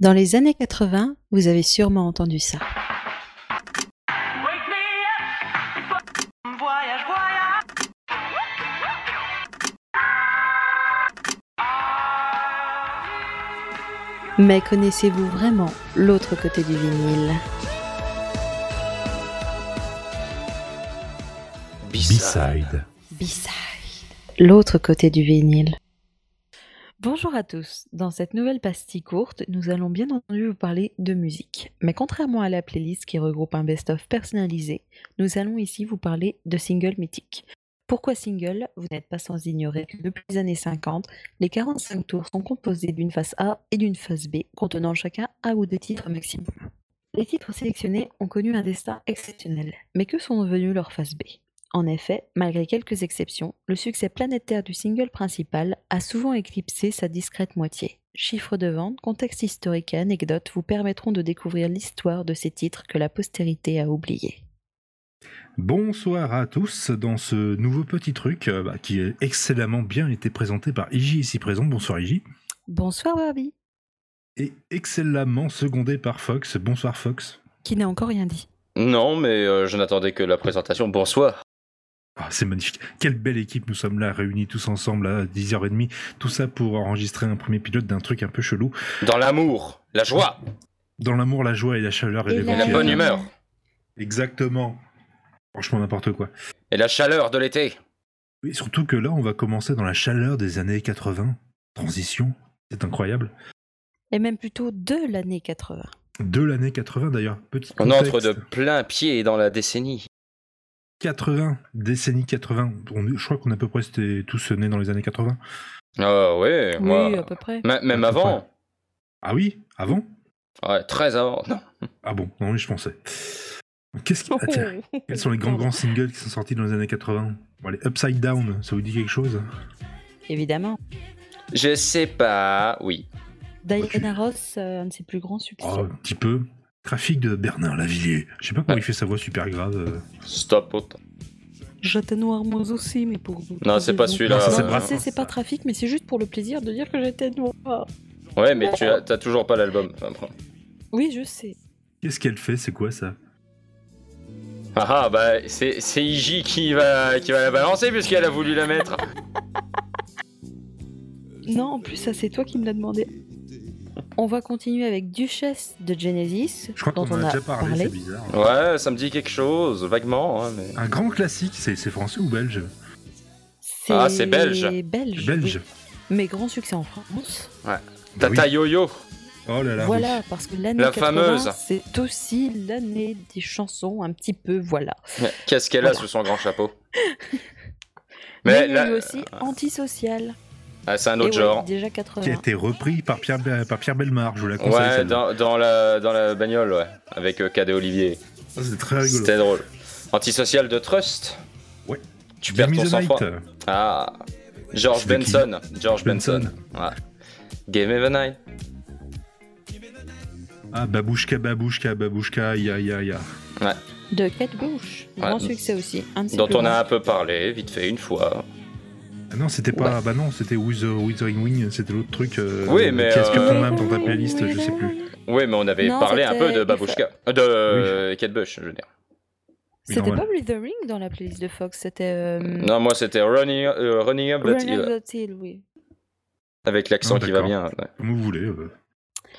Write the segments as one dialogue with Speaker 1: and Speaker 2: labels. Speaker 1: Dans les années 80, vous avez sûrement entendu ça.
Speaker 2: Wake me up. Voyage, voyage.
Speaker 1: Mais connaissez-vous vraiment l'autre côté du vinyle
Speaker 3: B-side.
Speaker 1: B-side. L'autre côté du vinyle. Bonjour à tous. Dans cette nouvelle pastille courte, nous allons bien entendu vous parler de musique. Mais contrairement à la playlist qui regroupe un best-of personnalisé, nous allons ici vous parler de singles mythiques. Pourquoi single Vous n'êtes pas sans ignorer que depuis les années 50, les 45 tours sont composés d'une face A et d'une face B, contenant chacun un ou deux titres maximum. Les titres sélectionnés ont connu un destin exceptionnel. Mais que sont devenus leurs faces B en effet, malgré quelques exceptions, le succès planétaire du single principal a souvent éclipsé sa discrète moitié. Chiffres de vente, contexte historique et anecdotes vous permettront de découvrir l'histoire de ces titres que la postérité a oubliés.
Speaker 3: Bonsoir à tous dans ce nouveau petit truc euh, bah, qui a excellemment bien été présenté par Iji ici présent. Bonsoir Iji.
Speaker 1: Bonsoir Barbie,
Speaker 3: Et excellemment secondé par Fox. Bonsoir Fox.
Speaker 1: qui n'a encore rien dit.
Speaker 4: Non, mais euh, je n'attendais que la présentation. Bonsoir.
Speaker 3: Ah, c'est magnifique. Quelle belle équipe nous sommes là réunis tous ensemble à 10h30. Tout ça pour enregistrer un premier pilote d'un truc un peu chelou.
Speaker 4: Dans l'amour, la joie
Speaker 3: Dans l'amour, la joie et la chaleur et,
Speaker 1: Et
Speaker 3: les
Speaker 1: la-
Speaker 4: et la
Speaker 3: vampires.
Speaker 4: bonne humeur
Speaker 3: Exactement. Franchement n'importe quoi.
Speaker 4: et la chaleur de l'été.
Speaker 3: Et surtout que là, on va commencer dans la chaleur des années 80. Transition, c'est incroyable.
Speaker 1: Et même plutôt de l'année 80.
Speaker 3: De l'année 80 d'ailleurs. Petit
Speaker 4: On entre
Speaker 3: contexte.
Speaker 4: de plein pied dans la décennie.
Speaker 3: 80, décennie 80. On est- je crois qu'on est à peu près c'était tous nés dans les années 80.
Speaker 4: Ah ouais, moi.
Speaker 1: Oui, à peu près.
Speaker 4: m- même
Speaker 3: euh, À peu
Speaker 4: avant.
Speaker 3: Ah oui, avant
Speaker 4: Ouais, très avant. Non.
Speaker 3: Ah bon, non, mais je pensais. Qu'est-ce
Speaker 1: Oh,
Speaker 3: qui. ah, tiens, quels sont les grands grands singles qui sont sortis dans les années 80 Bon, allez, Upside Down, ça vous dit quelque chose
Speaker 1: Évidemment.
Speaker 4: Je sais pas. Oui.
Speaker 1: Diana Ross, euh, un de ses plus grands succès.
Speaker 3: Oh, un petit peu. Trafic de Bernard Lavillier. Je sais pas comment il fait sa voix super grave. euh.
Speaker 4: Stop. autant.
Speaker 1: J'étais noir moi aussi, mais pour vous.
Speaker 4: Non, c'est pas celui-là.
Speaker 3: Non, ça, c'est
Speaker 1: Non,
Speaker 3: Brassens.
Speaker 1: je sais, c'est pas trafic, mais c'est juste pour le plaisir de dire que j'étais noir.
Speaker 4: Ouais, mais tu as, t'as toujours pas l'album. Enfin, bon.
Speaker 1: Oui, je sais.
Speaker 3: Qu'est-ce qu'elle fait C'est quoi ça
Speaker 4: Ah ah, bah c'est c'est Iji qui va, qui va la balancer puisqu'elle a voulu la mettre.
Speaker 1: Non, en plus, ça, c'est toi qui me l'as demandé. On va continuer avec Duchesse de Genesis,
Speaker 3: Je crois
Speaker 1: dont
Speaker 3: qu'on en a, déjà parlé, c'est bizarre.
Speaker 4: Ouais, ça me dit quelque chose, vaguement. hein, mais...
Speaker 3: Un grand classique, c'est c'est français ou belge
Speaker 1: C'est
Speaker 4: Ah, c'est belge.
Speaker 1: Belge.
Speaker 3: Belge.
Speaker 1: oui. Mais grand succès en France.
Speaker 3: Bah oui.
Speaker 4: Tata Yo-Yo.
Speaker 3: Oh là là. oui.
Speaker 1: voilà, parce que l'année
Speaker 4: La
Speaker 1: 80,
Speaker 4: fameuse.
Speaker 1: c'est aussi l'année des chansons, un petit peu, voilà.
Speaker 4: Qu'est-ce qu'elle a
Speaker 1: Voilà.
Speaker 4: sous son grand chapeau
Speaker 1: Mais, il y
Speaker 4: là-
Speaker 1: a eu aussi Antisocial.
Speaker 4: Ah, c'est un
Speaker 1: Et
Speaker 4: autre
Speaker 1: ouais,
Speaker 4: genre.
Speaker 1: déjà
Speaker 3: Qui a
Speaker 1: 80.
Speaker 3: été repris par Pierre, par Pierre Belmar, je vous la conseille.
Speaker 4: Ouais,
Speaker 3: celle-là.
Speaker 4: dans, dans la, dans la bagnole, ouais. Avec euh, Cadet Olivier.
Speaker 3: Ça, c'est très Ah, rigolo.
Speaker 4: C'était drôle. Antisocial de Trust
Speaker 3: Ouais.
Speaker 4: Tu perds ton
Speaker 3: Gimme the
Speaker 4: sang-froid.
Speaker 3: Night.
Speaker 4: Ah. George
Speaker 3: C'est de qui
Speaker 4: Benson. George Benson.
Speaker 3: Benson.
Speaker 4: Ouais. Game of the Night.
Speaker 3: Ah, babouchka, babouchka, babouchka, ya, ya, ya.
Speaker 1: De Kate Bush.
Speaker 4: Ouais.
Speaker 1: Grand succès aussi. Un de ses
Speaker 4: Dont
Speaker 1: plus
Speaker 4: on a
Speaker 1: grands.
Speaker 4: un peu parlé, vite fait, une fois.
Speaker 3: Ah non, c'était pas. Bah non, c'était With the Withering Wing, c'était l'autre truc. euh,
Speaker 4: Oui, mais,
Speaker 3: Qu'est-ce que
Speaker 4: euh,
Speaker 3: ton âme dans ta playlist, je sais plus.
Speaker 4: Oui, mais on avait
Speaker 1: Non,
Speaker 4: parlé un peu
Speaker 1: c'était-
Speaker 4: de Babushka. euh, De euh, Kate Bush, je veux dire.
Speaker 3: Oui,
Speaker 1: C'était
Speaker 3: normal.
Speaker 1: pas Blithering dans la playlist de Fox, c'était. euh,
Speaker 4: Non, moi, c'était Running, euh, Running Up That
Speaker 1: Running
Speaker 4: Hill.
Speaker 1: Up the Hill, oui.
Speaker 4: Avec l'accent
Speaker 3: Ah,
Speaker 4: qui va
Speaker 3: d'accord.
Speaker 4: bien. Ouais.
Speaker 3: Comme vous voulez. euh.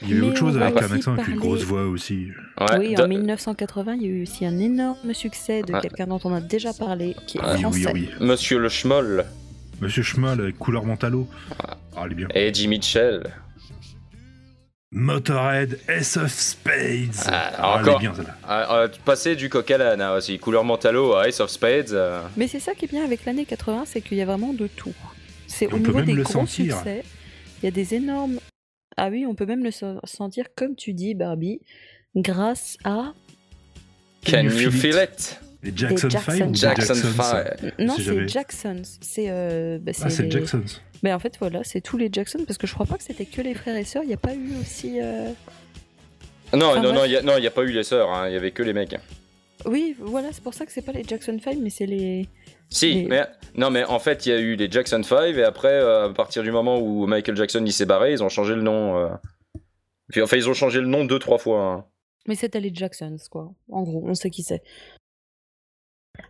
Speaker 3: Il y avait
Speaker 1: Mais
Speaker 3: autre chose
Speaker 1: on va
Speaker 3: avec un
Speaker 1: aussi
Speaker 3: accent, avec une
Speaker 1: parler-
Speaker 3: grosse voix aussi.
Speaker 4: Ouais,
Speaker 1: oui,
Speaker 4: de-
Speaker 1: en 1980, il y a eu aussi un énorme succès de
Speaker 4: Ouais.
Speaker 1: quelqu'un dont on a déjà parlé, qui est
Speaker 3: Ah Oui, oui,
Speaker 1: français.
Speaker 3: oui.
Speaker 4: Monsieur le Schmoll
Speaker 3: Monsieur Schmal avec couleur mentalo. Ah, elle est bien.
Speaker 4: et Jimmy Mitchell.
Speaker 3: Motorhead, S of Spades.
Speaker 4: Ah,
Speaker 3: elle est
Speaker 4: encore.
Speaker 3: bien celle-là.
Speaker 4: Ah, ah, passer du coq à l'âne hein, aussi, couleur mentalo à Ace of Spades. euh.
Speaker 1: Mais c'est ça qui est bien avec l'année 80, c'est qu'il y a vraiment de tout. C'est
Speaker 3: Et
Speaker 1: au
Speaker 3: on peut
Speaker 1: niveau
Speaker 3: même
Speaker 1: des
Speaker 3: le
Speaker 1: gros
Speaker 3: sentir.
Speaker 1: succès, il y a des énormes. Ah oui, on peut même le so- sentir, comme tu dis, Barbie, grâce à.
Speaker 4: Can you feel it
Speaker 3: Et Jackson
Speaker 1: Des Jackson.
Speaker 3: 5
Speaker 4: Jackson
Speaker 3: Jackson 5.
Speaker 4: 5.
Speaker 1: Non,
Speaker 3: sait
Speaker 1: c'est
Speaker 3: jamais.
Speaker 1: Jacksons. C'est. euh, bah,
Speaker 3: Ah, c'est
Speaker 1: les-
Speaker 3: Jackson's.
Speaker 1: Mais en fait, voilà, c'est tous les Jacksons, parce que je crois pas que c'était que les frères et sœurs, il n'y a pas eu aussi. euh,
Speaker 4: Non,
Speaker 1: Enfin,
Speaker 4: non, non,
Speaker 1: bref.
Speaker 4: il n'y a, non, y a pas eu les sœurs, il y avait que les mecs.
Speaker 1: Oui, voilà, c'est pour ça que c'est pas les Jackson 5, mais c'est les.
Speaker 4: Si,
Speaker 1: Les-
Speaker 4: mais non, mais en fait, il y a eu les Jackson 5 et après, euh, à partir du moment où Michael Jackson il s'est barré, ils ont changé le nom. euh. Puis, enfin, ils ont changé le nom deux, trois fois. hein.
Speaker 1: Mais c'est les Jacksons, quoi. En gros, on sait qui c'est.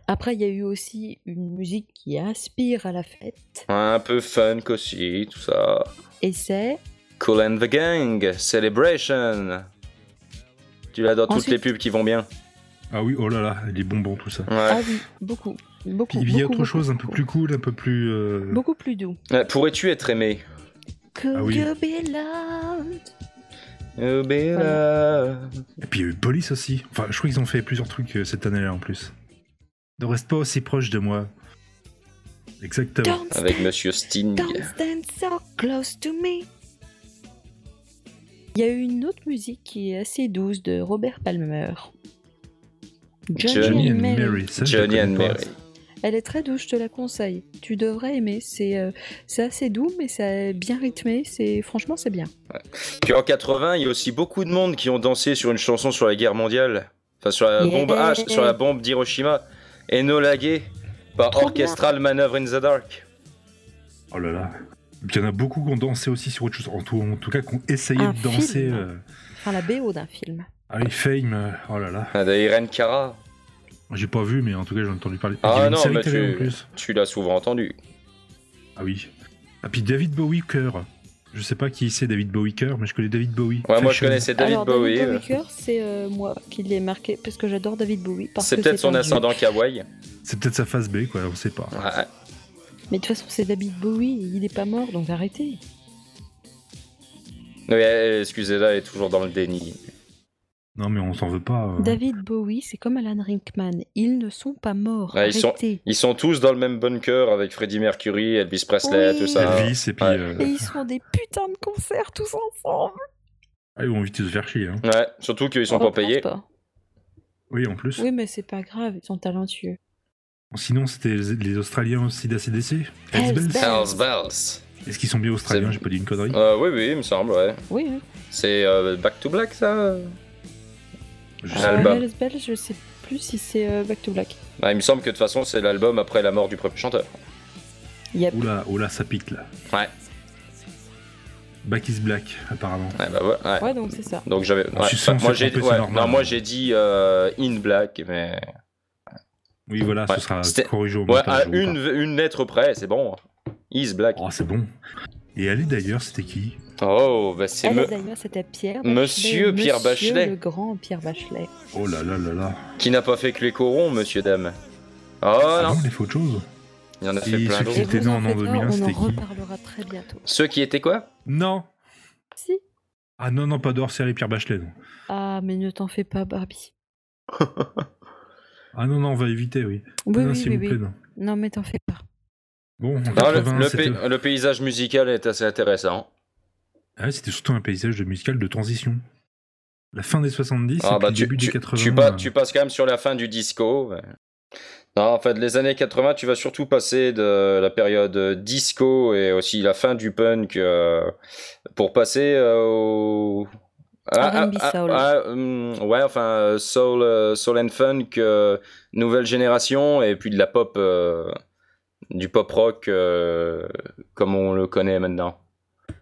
Speaker 1: Après, il y a eu aussi une musique qui aspire à la fête,
Speaker 4: Un peu funk aussi, tout ça.
Speaker 1: et c'est
Speaker 4: Cool and the Gang, Celebration. Tu l'as dans toutes
Speaker 1: Ensuite-
Speaker 4: les pubs qui vont bien.
Speaker 3: Ah oui, oh là là, les bonbons, tout ça.
Speaker 4: Ouais.
Speaker 1: ah oui, beaucoup, beaucoup.
Speaker 3: Puis il y a
Speaker 1: beaucoup,
Speaker 3: autre
Speaker 1: beaucoup,
Speaker 3: chose un peu
Speaker 1: beaucoup.
Speaker 3: plus cool, un peu plus. euh,
Speaker 1: beaucoup plus doux.
Speaker 4: Ouais, Pourrais-tu être aimé
Speaker 1: Could
Speaker 3: Ah oui.
Speaker 1: you be loved
Speaker 4: Oh, be loved.
Speaker 3: Et puis il y a eu Police aussi. Enfin, je crois qu'ils ont fait plusieurs trucs euh, cette année-là en plus. Ne reste pas aussi proche de moi. Exactement.
Speaker 1: Don't
Speaker 4: Avec
Speaker 1: stand-
Speaker 4: Monsieur Sting.
Speaker 1: Don't stand so close to me. Il y a eu une autre musique qui est assez douce de Robert Palmer.
Speaker 4: Johnny
Speaker 3: Johnny and Mary. ça, je
Speaker 4: Johnny
Speaker 3: la
Speaker 4: and
Speaker 3: connais pas.
Speaker 4: Mary.
Speaker 1: Elle est très douce, je te la conseille. Tu devrais aimer. C'est euh, c'est assez doux, mais c'est bien rythmé. C'est franchement, c'est bien.
Speaker 4: Puis en 80, il y a aussi beaucoup de monde qui ont dansé sur une chanson sur la guerre mondiale. Enfin, sur la
Speaker 1: Yeah.
Speaker 4: bombe H, sur la bombe d'Hiroshima. Enola Gay, par
Speaker 1: Trop
Speaker 4: Orchestral Manoeuvre in the Dark.
Speaker 3: Oh là là. Et puis il y en a beaucoup qui ont dansé aussi sur autre chose. En tout, en tout cas, qui ont essayé
Speaker 1: Un
Speaker 3: de danser.
Speaker 1: film.
Speaker 3: euh,
Speaker 1: Enfin, la BO d'un film.
Speaker 3: Ah oui, Fame. euh, Oh là là.
Speaker 4: Ah, de Irene Cara,
Speaker 3: J'ai pas vu, mais en tout cas, j'en ai entendu parler.
Speaker 4: Ah
Speaker 3: Il y a une
Speaker 4: non,
Speaker 3: série
Speaker 4: mais
Speaker 3: télé
Speaker 4: tu-
Speaker 3: en plus.
Speaker 4: tu l'as souvent entendu.
Speaker 3: Ah oui. Ah puis David Bowie Cœur. Je sais pas qui c'est David Bowie Cœur, mais je connais David Bowie.
Speaker 4: Ouais, moi je
Speaker 3: Fashion.
Speaker 4: connaissais David
Speaker 1: Alors,
Speaker 4: Bowie.
Speaker 1: David
Speaker 4: euh,
Speaker 1: Bowie Cœur, c'est euh, moi qui l'ai marqué parce que j'adore David Bowie. parce
Speaker 4: C'est
Speaker 1: que
Speaker 4: peut-être son
Speaker 1: un dieu.
Speaker 4: ascendant kawaii.
Speaker 3: C'est peut-être sa face B, quoi. On sait pas.
Speaker 4: Ouais.
Speaker 1: Mais de toute façon, c'est David Bowie. Il est pas mort, donc arrêtez.
Speaker 4: Mais, euh, excusez-la, elle est toujours dans le déni.
Speaker 3: Non, mais on s'en veut pas. euh.
Speaker 1: David Bowie, c'est comme Alan Rickman. Ils ne sont pas morts.
Speaker 4: Ouais, ils sont-
Speaker 1: arrêtez.
Speaker 4: Ils sont tous dans le même bunker avec Freddie Mercury, Elvis Presley,
Speaker 1: Oui.
Speaker 4: tout ça.
Speaker 3: Elvis et puis.
Speaker 4: Ouais.
Speaker 3: euh,
Speaker 1: Et ils sont des putains de concerts tous ensemble.
Speaker 3: Ah, ils ont envie de se faire chier. Hein.
Speaker 4: Ouais, surtout qu'ils sont
Speaker 1: On
Speaker 4: pas
Speaker 1: pense
Speaker 4: payés.
Speaker 1: pas.
Speaker 3: Oui, en plus.
Speaker 1: Oui, mais c'est pas grave. Ils sont talentueux.
Speaker 3: Sinon, c'était les les Australiens aussi d'ACDC.
Speaker 1: Hells Bells.
Speaker 3: Hells
Speaker 4: Hells Bells.
Speaker 3: Bells. Est-ce qu'ils sont bien Australiens
Speaker 4: C'est-
Speaker 3: J'ai pas dit une connerie.
Speaker 4: Euh, oui, oui, il me semble, ouais.
Speaker 1: Oui. hein. oui.
Speaker 4: C'est euh, Back to Black, ça
Speaker 3: Je
Speaker 1: Euh,
Speaker 3: sais
Speaker 4: L'album.
Speaker 1: Hells Bells, je sais plus si c'est euh, Back to Black.
Speaker 4: Bah, Il me semble que de toute façon, c'est l'album après la mort du premier chanteur.
Speaker 3: pas. Oula, oula, ça pique là.
Speaker 4: Ouais.
Speaker 3: Back is Black, apparemment.
Speaker 4: Ouais, bah, ouais, ouais.
Speaker 1: Ouais, donc c'est ça.
Speaker 4: Donc j'avais. ouais. bah,
Speaker 3: suis sûr,
Speaker 4: moi
Speaker 3: on s'est
Speaker 4: j'ai
Speaker 3: trompé, c'est
Speaker 4: ouais,
Speaker 3: normal.
Speaker 4: non, moi, j'ai dit euh, In Black, mais.
Speaker 3: Oui, voilà,
Speaker 4: Ouais,
Speaker 3: ce sera
Speaker 4: c'était-
Speaker 3: corrigé au
Speaker 4: Ouais,
Speaker 3: montage,
Speaker 4: à
Speaker 3: je vous
Speaker 4: une,
Speaker 3: parle.
Speaker 4: une lettre près, c'est bon. Is Black.
Speaker 3: Oh, c'est bon. Et elle est d'ailleurs, c'était qui
Speaker 4: Oh, bah c'est.
Speaker 1: Elle
Speaker 4: me-
Speaker 1: d'ailleurs, Eh, c'était Pierre.
Speaker 4: Monsieur Pierre Bachelet.
Speaker 1: Le grand Pierre Bachelet.
Speaker 3: Oh là là là là.
Speaker 4: Qui n'a pas fait que les corons, monsieur, dame Oh
Speaker 3: Ah
Speaker 4: non
Speaker 3: non, il a fait autre chose.
Speaker 4: Il y en a
Speaker 3: Si,
Speaker 4: fait
Speaker 3: ceux
Speaker 4: plein
Speaker 1: Et
Speaker 3: qui-
Speaker 4: d'autres.
Speaker 3: était
Speaker 1: vous
Speaker 3: né en
Speaker 1: faites
Speaker 3: an
Speaker 1: pas,
Speaker 3: 2001,
Speaker 1: On
Speaker 3: c'était
Speaker 1: en
Speaker 3: qui
Speaker 1: reparlera très bientôt.
Speaker 4: Ceux qui étaient quoi
Speaker 3: Non
Speaker 1: Si.
Speaker 3: Ah non, non, pas d'Orser et Pierre Bachelet. non.
Speaker 1: Ah, mais ne t'en fais pas, Barbie.
Speaker 3: Ah non, non, on va éviter, oui.
Speaker 1: Oui,
Speaker 3: non,
Speaker 1: oui,
Speaker 3: s'il
Speaker 1: oui.
Speaker 3: vous
Speaker 1: oui.
Speaker 3: plaît, non.
Speaker 1: Non, mais t'en fais pas.
Speaker 3: Bon, en
Speaker 4: Non, Ah le,
Speaker 3: 80,
Speaker 4: le
Speaker 3: c'était...
Speaker 4: pay- le paysage musical est assez intéressant.
Speaker 3: Ah, c'était surtout un paysage de musical de transition. La fin des 70
Speaker 4: Ah
Speaker 3: et
Speaker 4: bah
Speaker 3: puis le
Speaker 4: tu,
Speaker 3: début
Speaker 4: tu-
Speaker 3: des 80.
Speaker 4: tu pas-
Speaker 3: euh,
Speaker 4: tu passes quand même sur la fin du disco. mais- Non, en fait, les années 80, tu vas surtout passer de la période disco et aussi la fin du punk euh, pour passer euh, au.
Speaker 1: R&B soul.
Speaker 4: hum, ouais, enfin, euh, soul, euh, soul and funk, euh, nouvelle génération, et puis de la pop, euh, du pop rock euh, comme on le connaît maintenant.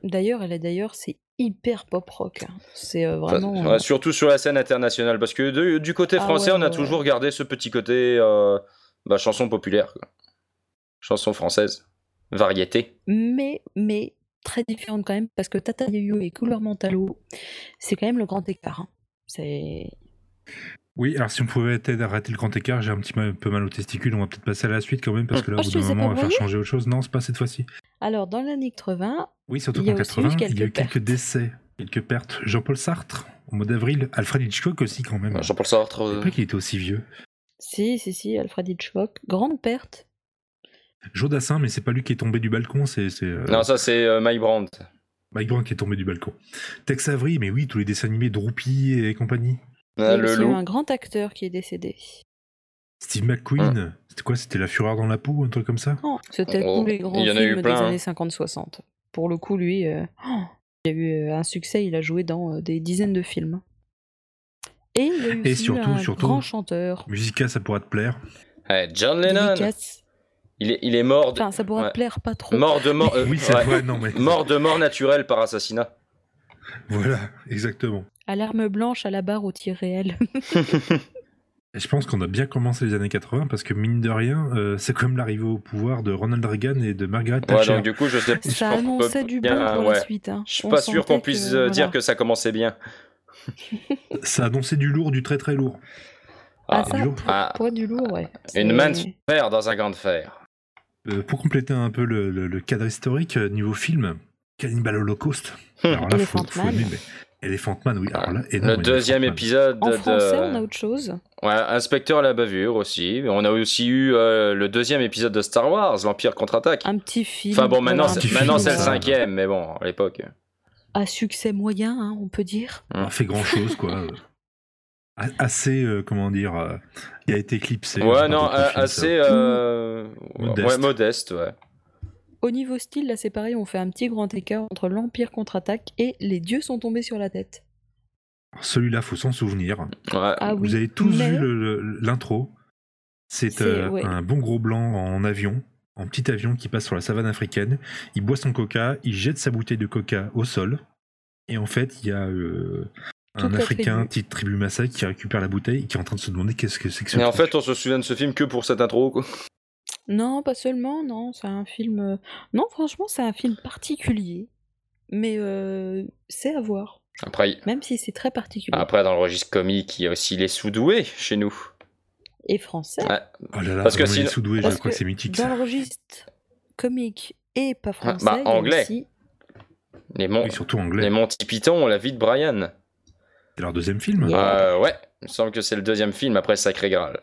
Speaker 1: D'ailleurs, elle est d'ailleurs, c'est hyper pop rock. hein. C'est euh,
Speaker 4: Enfin,
Speaker 1: vraiment.
Speaker 4: ouais, surtout sur la scène internationale, parce que de- du côté
Speaker 1: Ah
Speaker 4: français,
Speaker 1: ouais,
Speaker 4: on a
Speaker 1: ouais,
Speaker 4: toujours gardé ce petit côté euh, bah, chanson populaire, quoi. chanson française, variété.
Speaker 1: euh, mais, mais très différente quand même, parce que Tata Yayo et Couleur Mentalo, c'est quand même le grand écart. hein. C'est.
Speaker 3: Oui, alors si on pouvait peut-être arrêter le grand écart, j'ai un petit ma- peu mal aux testicules, on va peut-être passer à la suite quand même, parce que là,
Speaker 1: Oh,
Speaker 3: au bout
Speaker 1: je
Speaker 3: d'un
Speaker 1: les ai
Speaker 3: moment, on
Speaker 1: pas
Speaker 3: va faire
Speaker 1: voyés
Speaker 3: changer autre chose. Non, c'est pas cette fois-ci.
Speaker 1: Alors, dans l'année 80,
Speaker 3: Oui, surtout
Speaker 1: Il y a
Speaker 3: qu'en
Speaker 1: aussi eu
Speaker 3: 80, il y a eu
Speaker 1: quelques
Speaker 3: quelques
Speaker 1: pertes.
Speaker 3: décès, quelques pertes. Jean-Paul Sartre, au mois d'avril, Alfred Hitchcock aussi quand même. Je
Speaker 4: Jean-Paul Sartre.
Speaker 3: savais
Speaker 4: euh,
Speaker 3: pas qu'il était aussi vieux.
Speaker 1: si, si, si, Alfred Hitchcock, grande perte.
Speaker 3: Jodassin, mais c'est pas lui qui est tombé du balcon, c'est c'est, euh,
Speaker 4: Non, ça c'est euh, My Brand.
Speaker 3: Mike Brown qui est tombé du balcon. Tex Avery, mais oui, tous les dessins animés, Droopy et compagnie.
Speaker 1: Il y
Speaker 4: Ah,
Speaker 1: a
Speaker 4: le
Speaker 1: aussi eu
Speaker 4: loup.
Speaker 1: un grand acteur qui est décédé.
Speaker 3: Steve McQueen,
Speaker 4: Hein.
Speaker 3: c'était quoi C'était La Fureur dans la peau, un truc comme ça
Speaker 1: Oh, C'était
Speaker 4: Oh,
Speaker 1: tous les grands
Speaker 4: il y en
Speaker 1: films
Speaker 4: a eu plein,
Speaker 1: des
Speaker 4: hein.
Speaker 1: années 50-60. Pour le coup, lui, euh, oh, il a eu euh, un succès, il a joué dans euh, des dizaines de films. Et il y a eu
Speaker 3: Et
Speaker 1: aussi
Speaker 3: surtout,
Speaker 1: un
Speaker 3: surtout,
Speaker 1: grand chanteur.
Speaker 3: Musica, ça pourra te plaire.
Speaker 4: Ouais, John Lennon.
Speaker 1: dédicace.
Speaker 4: Il est, il est mort de
Speaker 1: Enfin, ça pourrait
Speaker 4: Ouais.
Speaker 1: te plaire pas trop.
Speaker 4: mort, de mort, euh,
Speaker 3: oui, c'est
Speaker 4: ouais.
Speaker 3: vrai, non mais.
Speaker 4: mort de mort naturelle par assassinat.
Speaker 3: Voilà, exactement.
Speaker 1: Alarme blanche à la barre au tir réel.
Speaker 3: Et je pense qu'on a bien commencé les années 80 parce que mine de rien, euh, c'est comme l'arrivée au pouvoir de Ronald Reagan et de Margaret
Speaker 4: Ouais,
Speaker 3: Thatcher.
Speaker 4: donc du coup, je sais je
Speaker 1: ça
Speaker 4: pense
Speaker 1: annonçait
Speaker 4: pas
Speaker 1: du bon
Speaker 4: bien,
Speaker 1: pour
Speaker 4: ouais.
Speaker 1: la suite. hein.
Speaker 4: Je suis
Speaker 1: On
Speaker 4: pas sûr qu'on
Speaker 1: sentait
Speaker 4: puisse
Speaker 1: que,
Speaker 4: euh, dire
Speaker 1: voilà.
Speaker 4: que ça commençait bien.
Speaker 3: Ça annonçait du lourd, du très très lourd.
Speaker 1: Ah,
Speaker 4: Ah,
Speaker 1: ça,
Speaker 3: du lourd.
Speaker 1: pour,
Speaker 4: Ah.
Speaker 1: pour du lourd, ouais.
Speaker 4: Une
Speaker 1: C'est-
Speaker 4: main de fer dans un grand de fer.
Speaker 3: Euh, pour compléter un peu le, le- le cadre historique, euh, niveau film, Cannibal Holocaust. Alors là, faut,
Speaker 1: Elephant
Speaker 3: faut
Speaker 1: Man.
Speaker 3: aimer, mais... Elephant Man, oui. Alors là, énorme,
Speaker 4: Hum. Le
Speaker 3: Elephant
Speaker 4: deuxième
Speaker 3: Man.
Speaker 4: épisode
Speaker 1: En
Speaker 4: de...
Speaker 1: français, on a autre chose.
Speaker 4: Ouais, Inspecteur à la bavure aussi. On a aussi eu euh, le deuxième épisode de Star Wars, l'Empire contre-attaque.
Speaker 1: Un petit film.
Speaker 4: Enfin bon,
Speaker 1: voilà,
Speaker 4: maintenant,
Speaker 1: un
Speaker 4: c'est-
Speaker 1: petit
Speaker 4: maintenant
Speaker 1: film,
Speaker 4: c'est le
Speaker 1: euh,
Speaker 3: cinq.
Speaker 4: cinquième, mais bon, à l'époque.
Speaker 1: À succès moyen, hein, on peut dire.
Speaker 3: On fait grand chose, quoi. Euh, a- Assez, euh, comment dire, euh, il a été éclipsé.
Speaker 4: Ouais,
Speaker 3: par
Speaker 4: non,
Speaker 3: d'autres
Speaker 4: euh,
Speaker 3: films, ça.
Speaker 4: assez. euh,
Speaker 3: Modeste.
Speaker 4: Ouais, modeste, ouais.
Speaker 1: Au niveau style, là, c'est pareil, on fait un petit grand écart entre l'Empire contre-attaque et Les Dieux sont tombés sur la tête.
Speaker 3: Alors, Celui-là, faut s'en souvenir.
Speaker 4: Ouais.
Speaker 1: Ah oui.
Speaker 3: Vous avez tous
Speaker 1: mais-
Speaker 3: vu le- le- l'intro. C'est
Speaker 1: C'est-
Speaker 3: euh,
Speaker 1: ouais.
Speaker 3: un bon gros blanc en avion, en petit avion qui passe sur la savane africaine. Il boit son coca, il jette sa bouteille de coca au sol. Et en fait, il y a euh, un
Speaker 1: Toute la
Speaker 3: Africain,
Speaker 1: tribu.
Speaker 3: petite tribu Maasai, qui récupère la bouteille et qui est en train de se demander qu'est-ce que c'est que ce
Speaker 4: Mais en
Speaker 3: truc.
Speaker 4: fait, on se souvient de ce film que pour cette intro. quoi.
Speaker 1: Non, pas seulement, non, c'est un film. euh, Non, franchement, c'est un film particulier, mais euh, c'est à voir,
Speaker 4: Après, il-
Speaker 1: même si c'est très particulier.
Speaker 4: après, dans le registre comique, il y a aussi les sous-doués chez nous.
Speaker 1: Et français,
Speaker 4: Ouais.
Speaker 3: Oh là là,
Speaker 4: Parce que
Speaker 3: vraiment, il est
Speaker 4: sinon-
Speaker 3: sous-doué, je
Speaker 1: parce
Speaker 3: crois que
Speaker 1: que
Speaker 3: c'est mythique.
Speaker 1: dans
Speaker 3: ça.
Speaker 1: le registre comique et pas français,
Speaker 4: bah,
Speaker 1: il y a
Speaker 4: anglais.
Speaker 1: aussi-
Speaker 4: Les, mon...
Speaker 3: Oui, surtout
Speaker 4: les
Speaker 3: anglais.
Speaker 4: Monty Python, la vie de Brian.
Speaker 3: C'est leur deuxième film.
Speaker 1: Yeah.
Speaker 4: Euh, ouais, il me semble que c'est le deuxième film après Sacré Graal.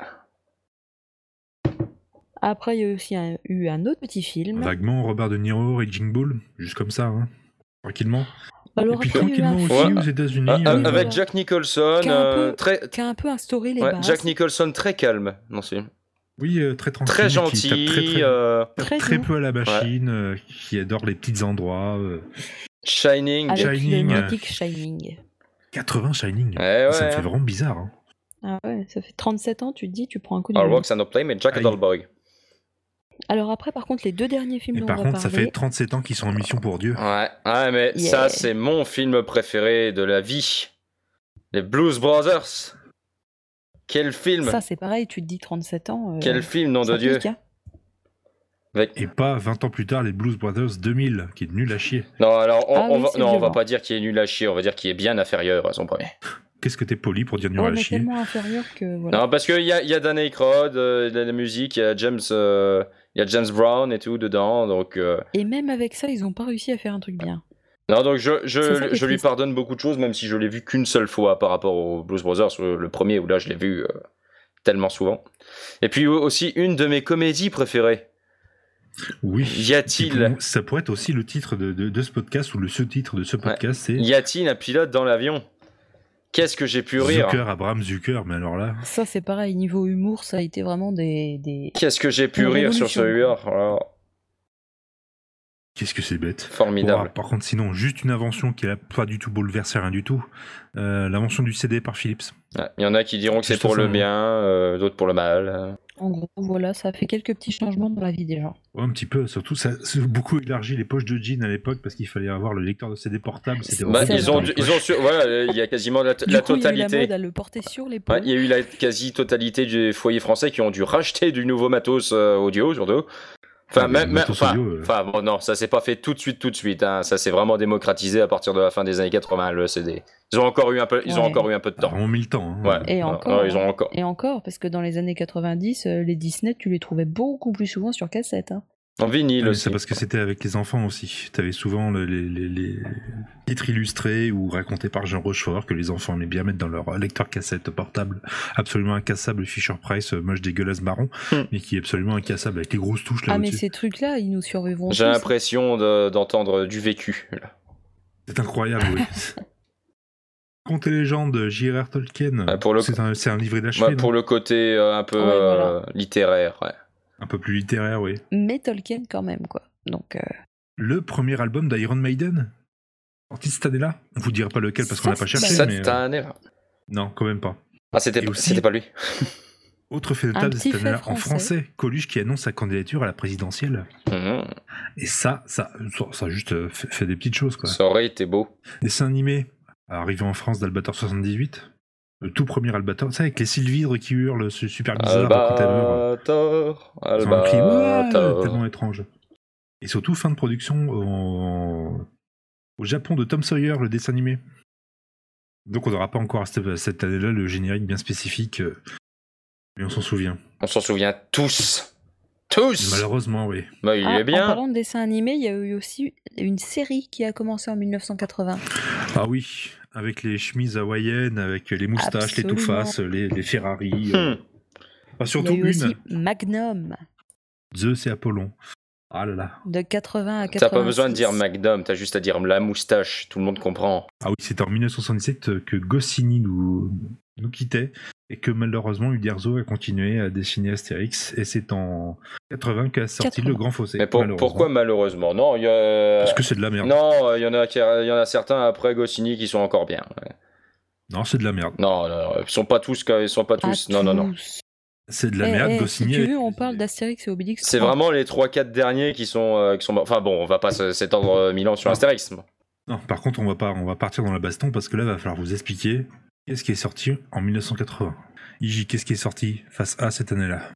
Speaker 1: Après, il y a aussi un- eu un autre petit film.
Speaker 3: Vaguement, Robert De Niro, Raging Bull, juste comme ça, hein. tranquillement.
Speaker 1: Alors
Speaker 3: et puis
Speaker 1: après, il y a eu
Speaker 3: tranquillement
Speaker 1: un
Speaker 3: aussi
Speaker 4: film.
Speaker 3: aux États-Unis.
Speaker 4: Ah,
Speaker 1: euh,
Speaker 3: euh,
Speaker 4: avec
Speaker 1: voilà.
Speaker 4: Jack Nicholson,
Speaker 1: Qui a un
Speaker 4: euh,
Speaker 1: peu-
Speaker 4: très.
Speaker 1: qui a un peu instauré les
Speaker 4: ouais,
Speaker 1: bases.
Speaker 4: Jack Nicholson très calme dans ce film.
Speaker 3: Oui, euh, très tranquille.
Speaker 4: Très
Speaker 3: qui
Speaker 4: gentil.
Speaker 3: tape Très, très,
Speaker 4: euh,
Speaker 1: Très
Speaker 3: très,
Speaker 1: doux.
Speaker 3: peu à la machine, euh, qui adore les petits endroits. euh,
Speaker 4: Shining.
Speaker 1: avec
Speaker 3: Shining.
Speaker 1: le mythique Shining.
Speaker 3: 80 Shining.
Speaker 4: Eh Ouais,
Speaker 3: ça me
Speaker 4: ouais.
Speaker 3: fait vraiment bizarre. hein.
Speaker 1: Ah ouais, ça fait 37 ans, tu te dis, tu prends un coup de
Speaker 4: Our Rocks and Our Play, mais Jack
Speaker 3: Ah,
Speaker 4: and
Speaker 3: il-
Speaker 4: Boy.
Speaker 1: Alors après, par contre, les deux derniers films
Speaker 3: Et
Speaker 1: dont
Speaker 3: par
Speaker 1: on
Speaker 3: contre,
Speaker 1: va
Speaker 3: ça
Speaker 1: parler,
Speaker 3: fait 37 ans qu'ils sont en mission pour Dieu.
Speaker 4: Ouais, ouais, mais
Speaker 1: Yeah.
Speaker 4: ça, c'est mon film préféré de la vie. Les Blues Brothers. Quel film
Speaker 1: ça c'est pareil, tu te dis 37 ans. euh,
Speaker 4: Quel film, nom
Speaker 1: ça
Speaker 4: de Dieu
Speaker 1: pique, hein.
Speaker 4: Avec-
Speaker 3: Et pas 20 ans plus tard, les Blues Brothers 2000, qui est nul à chier.
Speaker 4: Non, alors, on,
Speaker 1: Ah
Speaker 4: on
Speaker 1: oui,
Speaker 4: va...
Speaker 1: c'est
Speaker 4: non, on va
Speaker 1: violent.
Speaker 4: pas dire qu'il est nul à chier, on va dire qu'il est bien inférieur à son premier.
Speaker 3: Qu'est-ce que t'es poli pour dire nul
Speaker 1: Ouais,
Speaker 3: à
Speaker 1: mais
Speaker 3: chier
Speaker 1: tellement inférieur que voilà.
Speaker 4: Non, parce qu'il y a, il y a Dan Aykroyd, euh, il y a la musique, il y a James, euh, il y a James Brown et tout dedans, donc... euh,
Speaker 1: Et même avec ça, ils ont pas réussi à faire un truc bien.
Speaker 4: Non, donc je,
Speaker 1: C'est ça
Speaker 4: je,
Speaker 1: qui est
Speaker 4: je lui
Speaker 1: triste.
Speaker 4: pardonne beaucoup de choses, même si je l'ai vu qu'une seule fois par rapport aux Blues Brothers, euh, le premier où là je l'ai vu euh, tellement souvent. Et puis au- aussi une de mes comédies préférées.
Speaker 3: Oui.
Speaker 4: Y
Speaker 3: Qui pour
Speaker 4: a-t-il
Speaker 3: moi- Ça pourrait être aussi le titre de, de- de ce podcast ou le sous-titre de ce podcast,
Speaker 4: y a-t-il un pilote dans l'avion Qu'est-ce que j'ai pu
Speaker 3: c'est
Speaker 4: rire
Speaker 3: Zucker, Abraham Zucker, mais alors là.
Speaker 1: Ça c'est pareil, niveau humour, ça a été vraiment des. des...
Speaker 4: Qu'est-ce que j'ai pu
Speaker 1: Une
Speaker 4: rire sur Oh,
Speaker 1: révolution.
Speaker 4: celui-là Alors,
Speaker 3: Qu'est-ce que c'est bête Bon,
Speaker 4: Formidable.
Speaker 3: alors, par contre, sinon, juste une invention qui n'a pas du tout bouleversé rien du tout. Euh, L'invention du CD par Philips.
Speaker 4: Ouais, Il y en a qui diront que c'est
Speaker 3: Juste
Speaker 4: pour le
Speaker 3: ça,
Speaker 4: bien, euh, d'autres pour le mal.
Speaker 1: En gros, voilà, ça a fait quelques petits changements dans la vie des gens.
Speaker 3: Ouais, un petit peu, surtout, ça ça a beaucoup élargi les poches de jean à l'époque parce qu'il fallait avoir le lecteur de CD portable. c'était
Speaker 4: Bah,
Speaker 3: horrible
Speaker 4: ils ont,
Speaker 3: dans les
Speaker 4: ils ont
Speaker 3: poches.
Speaker 4: su- voilà, il y a quasiment la,
Speaker 1: Du
Speaker 4: la
Speaker 1: coup, il y a eu la
Speaker 4: totalité.
Speaker 1: mode à le porter sur les
Speaker 4: Ouais,
Speaker 1: l'épaule.
Speaker 4: Il y a eu la quasi-totalité des foyers français qui ont dû racheter du nouveau matos euh, audio, surtout. Enfin,
Speaker 3: Ah,
Speaker 4: même,
Speaker 3: le
Speaker 4: même-
Speaker 3: matos
Speaker 4: enfin,
Speaker 3: audio, euh.
Speaker 4: enfin, bon, non, ça s'est pas fait tout de suite, tout de suite. hein. Ça s'est vraiment démocratisé à partir de la fin des années 80, le CD. Ils ont encore eu un peu, ils ont
Speaker 1: Ouais.
Speaker 4: encore eu un peu de
Speaker 3: Ah,
Speaker 4: temps.
Speaker 3: vraiment mis le temps. hein.
Speaker 4: Ouais.
Speaker 1: Et
Speaker 4: Non,
Speaker 1: encore,
Speaker 4: non, ils ont encore.
Speaker 1: Et encore, parce que dans les années 90, euh, les Disney, tu les trouvais beaucoup plus souvent sur cassette. hein.
Speaker 4: En vinyle
Speaker 3: Ouais,
Speaker 4: aussi.
Speaker 3: Ah, C'est parce que c'était avec les enfants aussi. T'avais souvent le- les, les- les titres illustrés ou racontés par Jean Rochefort que les enfants aimaient bien mettre dans leur lecteur cassette portable absolument incassable Fisher Price, euh, moche dégueulasse marron,
Speaker 4: Hmm.
Speaker 3: mais qui est absolument incassable avec les grosses touches là
Speaker 1: Ah, mais
Speaker 3: au-dessus.
Speaker 1: ces trucs-là, ils nous survivront.
Speaker 4: J'ai
Speaker 1: tous.
Speaker 4: l'impression de- d'entendre du vécu. là.
Speaker 3: C'est incroyable, oui. Contes et légendes, J.R.R. Tolkien.
Speaker 4: Ah, pour le
Speaker 3: C'est un, c'est un livre
Speaker 4: Ouais,
Speaker 3: inachevé, non
Speaker 4: pour le côté euh, un peu
Speaker 1: Ouais, voilà.
Speaker 4: euh, littéraire. ouais.
Speaker 3: un peu plus littéraire, oui.
Speaker 1: Mais Tolkien quand même, quoi. Donc, euh,
Speaker 3: Le premier album d'Iron Maiden, sorti cette année-là. On vous dira pas lequel parce qu'on n'a pas
Speaker 1: Cette
Speaker 3: cherché, mais
Speaker 4: Cette
Speaker 3: euh,
Speaker 4: année-là.
Speaker 3: non, quand même pas.
Speaker 4: Ah, c'était
Speaker 3: Et aussi-
Speaker 4: c'était pas lui.
Speaker 3: Autre fait notable
Speaker 1: petit
Speaker 3: cette
Speaker 1: fait
Speaker 3: année en
Speaker 1: français.
Speaker 3: français, Coluche qui annonce sa candidature à la présidentielle.
Speaker 4: Mhm.
Speaker 3: Et ça, ça, ça, ça juste euh, fait, fait des petites choses, quoi.
Speaker 4: Ça aurait été beau.
Speaker 3: Dessin animé, arrivé en France d'Albator 78. Le tout premier Albator, tu sais, avec les sylvidres qui hurlent, c'est super
Speaker 4: Euh,
Speaker 3: bizarre
Speaker 4: bah,
Speaker 3: quand elles meurent.
Speaker 4: Albator,
Speaker 3: Ils ont un cri, Ouah
Speaker 4: Albator.
Speaker 3: tellement étrange. Et surtout, fin de production en- au Japon de Tom Sawyer, le dessin animé. Donc on n'aura pas encore à cette, cette année-là le générique bien spécifique, euh, mais on s'en souvient.
Speaker 4: On s'en souvient tous. Tous
Speaker 3: Malheureusement, oui.
Speaker 4: Bah, il
Speaker 1: Ah,
Speaker 4: est
Speaker 1: En
Speaker 4: bien.
Speaker 1: parlant de dessin animé, il y a eu aussi une série qui a commencé en 1980.
Speaker 3: Ah oui, avec les chemises hawaïennes, avec les moustaches, les
Speaker 1: Absolument.
Speaker 3: tout-faces, les, les Ferrari. euh.
Speaker 4: Hmm.
Speaker 3: Enfin,
Speaker 1: Il y a
Speaker 3: surtout
Speaker 1: eu
Speaker 3: une,
Speaker 1: aussi Magnum
Speaker 3: Zeus et Apollon. Ah là là.
Speaker 1: de 80 à 80.
Speaker 4: T'as pas besoin de dire Magnum, t'as juste à dire la moustache, tout le monde comprend.
Speaker 3: Ah oui, c'était en 1977 que Goscinny nous, nous quittait et que malheureusement Uderzo a continué à dessiner Astérix et c'est en 80 qu'a sorti
Speaker 1: 80.
Speaker 3: Le Grand Fossé.
Speaker 4: Mais pour-
Speaker 3: malheureusement.
Speaker 4: pourquoi malheureusement Non, il y a...
Speaker 3: Parce que c'est de la merde. Non,
Speaker 4: Non, il y, en a qui- il y en a certains après Goscinny qui sont encore bien.
Speaker 3: c'est de la merde.
Speaker 4: Non, non, non, ils sont pas tous, ils sont pas tous. non, non, non.
Speaker 3: C'est de la merde,
Speaker 1: Eh, si
Speaker 3: Goscinny.
Speaker 1: tu veux, on parle d'Astérix et Obélix.
Speaker 4: C'est
Speaker 1: trois.
Speaker 4: vraiment les 3-4 derniers qui sont, euh, qui sont. Enfin bon, on va pas se- s'étendre euh, mille ans
Speaker 3: Ah.
Speaker 4: sur Astérix.
Speaker 3: Non, par contre, on va, pas, on va partir dans la baston parce que là, va falloir vous expliquer qu'est-ce qui est sorti en 1980. Iji, qu'est-ce qui est sorti face à cette année-là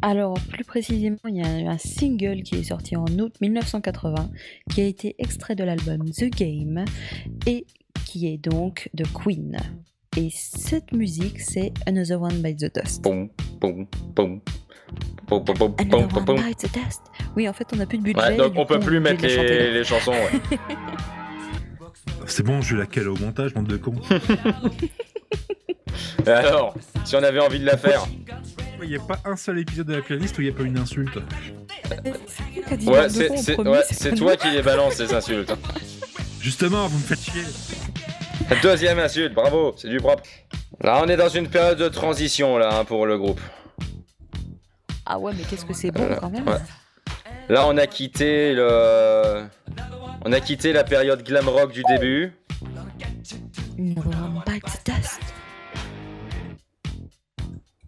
Speaker 1: Alors, plus précisément, il y a eu un single qui est sorti en août 1980, qui a été extrait de l'album The Game, et qui est donc de Queen. Et cette musique, c'est Another One Bites the Dust.
Speaker 4: Boum, boum, boum. Boum, boum, boum, boum,
Speaker 1: Another
Speaker 4: boum,
Speaker 1: One
Speaker 4: boum.
Speaker 1: Bites the Dust. Oui, en fait, on n'a plus de budget.
Speaker 4: Ouais, donc
Speaker 1: du
Speaker 4: on
Speaker 1: coup,
Speaker 4: peut plus
Speaker 1: est
Speaker 4: mettre
Speaker 1: obligé de la
Speaker 4: les,
Speaker 1: chanter.
Speaker 4: les chansons. ouais.
Speaker 3: C'est bon, je vais la cale au montage, bande de cons.
Speaker 4: Et Alors, si on avait envie de la faire.
Speaker 3: Il n'y a pas un seul épisode de la playlist où il n'y a pas une insulte.
Speaker 1: Qu'a dit
Speaker 4: Ouais,
Speaker 1: Marc
Speaker 4: c'est
Speaker 1: Dupont en
Speaker 4: c'est-
Speaker 1: premier,
Speaker 4: ouais,
Speaker 1: c'est
Speaker 4: c'est
Speaker 1: pas
Speaker 4: toi qui les balance les insultes.
Speaker 3: Justement, vous me faites chier.
Speaker 4: Deuxième insulte, bravo, c'est du propre. Là, on est dans une période de transition là hein, pour le groupe.
Speaker 1: nous. Ah ouais, mais qu'est-ce que c'est bon quand même.
Speaker 4: Euh, ouais. Là, on a quitté le, on a quitté la période glam rock du début.
Speaker 1: Another One Bites the Dust.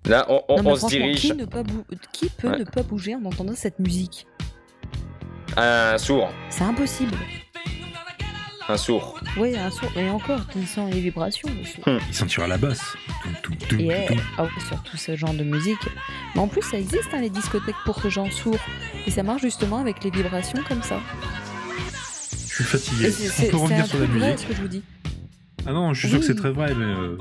Speaker 4: Là, on, on-
Speaker 1: Non, mais
Speaker 4: on se
Speaker 1: franchement,
Speaker 4: dirige
Speaker 1: Qui, ne pas bou- qui peut
Speaker 4: Ouais.
Speaker 1: ne pas bouger en entendant cette musique
Speaker 4: à un sourd,
Speaker 1: C'est impossible.
Speaker 4: un sourd.
Speaker 1: Ouais, un son- et encore, tu sens les vibrations. aussi.
Speaker 3: Il sentira la basse. Toum,
Speaker 4: Mm.
Speaker 3: toum, toum,
Speaker 1: Et euh,
Speaker 3: toum.
Speaker 1: ah ouais, surtout ce genre de musique. Mais en plus, ça existe, hein, les discothèques pour ce genre sourd. Et ça marche justement avec les vibrations comme ça.
Speaker 3: Je suis
Speaker 1: Et
Speaker 3: fatigué.
Speaker 1: c'est-
Speaker 3: On
Speaker 1: c'est
Speaker 3: peut
Speaker 1: c'est un
Speaker 3: revenir sur la
Speaker 1: truc vrai,
Speaker 3: musique.
Speaker 1: ce que je vous dis.
Speaker 3: Ah non, je suis sûr que c'est
Speaker 1: Oui.
Speaker 3: très vrai, mais euh,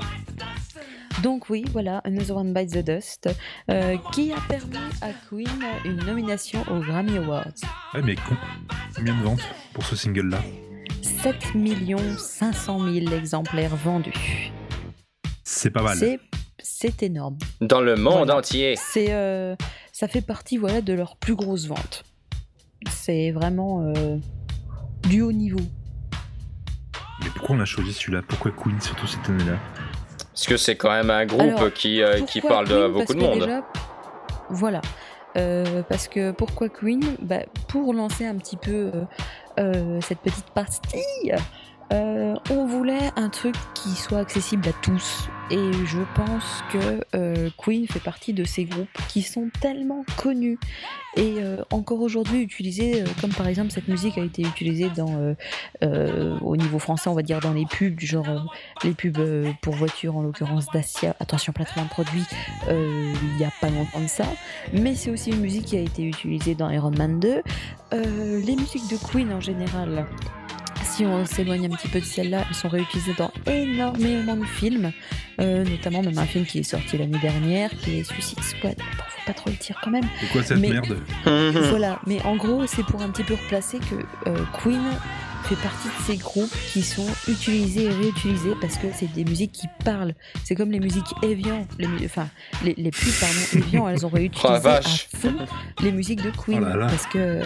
Speaker 1: Donc oui, voilà, Another One Bites the Dust, euh, qui a permis à Queen une nomination aux Grammy Awards.
Speaker 3: ouais, mais con. Combien de ventes pour ce single-là
Speaker 1: 7 500 000 exemplaires vendus.
Speaker 3: C'est pas mal.
Speaker 1: C'est- C'est énorme.
Speaker 4: Dans le monde
Speaker 1: Voilà.
Speaker 4: entier.
Speaker 1: C'est, euh, ça fait partie voilà de leurs plus grosses ventes. C'est vraiment euh, du haut niveau.
Speaker 3: Mais pourquoi on a choisi celui-là Pourquoi Queen surtout cette année-là
Speaker 4: Parce que c'est quand même un groupe
Speaker 1: Alors,
Speaker 4: qui, euh, qui
Speaker 1: Pourquoi
Speaker 4: parle de
Speaker 1: Queen
Speaker 4: beaucoup
Speaker 1: Parce
Speaker 4: de
Speaker 1: que
Speaker 4: monde.
Speaker 1: déjà- voilà. Euh, parce que pourquoi Queen Bah, Pour lancer un petit peu euh, euh, cette petite pastille, euh, on voulait un truc qui soit accessible à tous. Et je pense que euh, Queen fait partie de ces groupes qui sont tellement connus et euh, encore aujourd'hui utilisés, euh, comme par exemple cette musique a été utilisée dans, euh, euh, au niveau français, on va dire dans les pubs, du genre euh, les pubs euh, pour voitures, en l'occurrence Dacia, attention placement de produit, euh, il n'y a pas longtemps de ça, mais c'est aussi une musique qui a été utilisée dans Iron Man 2. Euh, les musiques de Queen en général, si on s'éloigne un petit peu de celles-là, elles sont réutilisées dans énormément de films, euh, notamment même un film qui est sorti l'année dernière, qui est Suicide Squad. Bon, faut pas trop le dire quand même.
Speaker 3: C'est quoi cette
Speaker 1: Mais-
Speaker 3: merde
Speaker 4: Mhm.
Speaker 1: Voilà, mais en gros, c'est pour un petit peu replacer que euh, Queen fait partie de ces groupes qui sont utilisés et réutilisés parce que c'est des musiques qui parlent. C'est comme les musiques Evian, les, mu- enfin les, les pubs pardon Evian, elles ont réutilisé
Speaker 4: Oh la
Speaker 1: à
Speaker 4: vache.
Speaker 1: fond les musiques de Queen
Speaker 3: Oh là là.
Speaker 1: parce que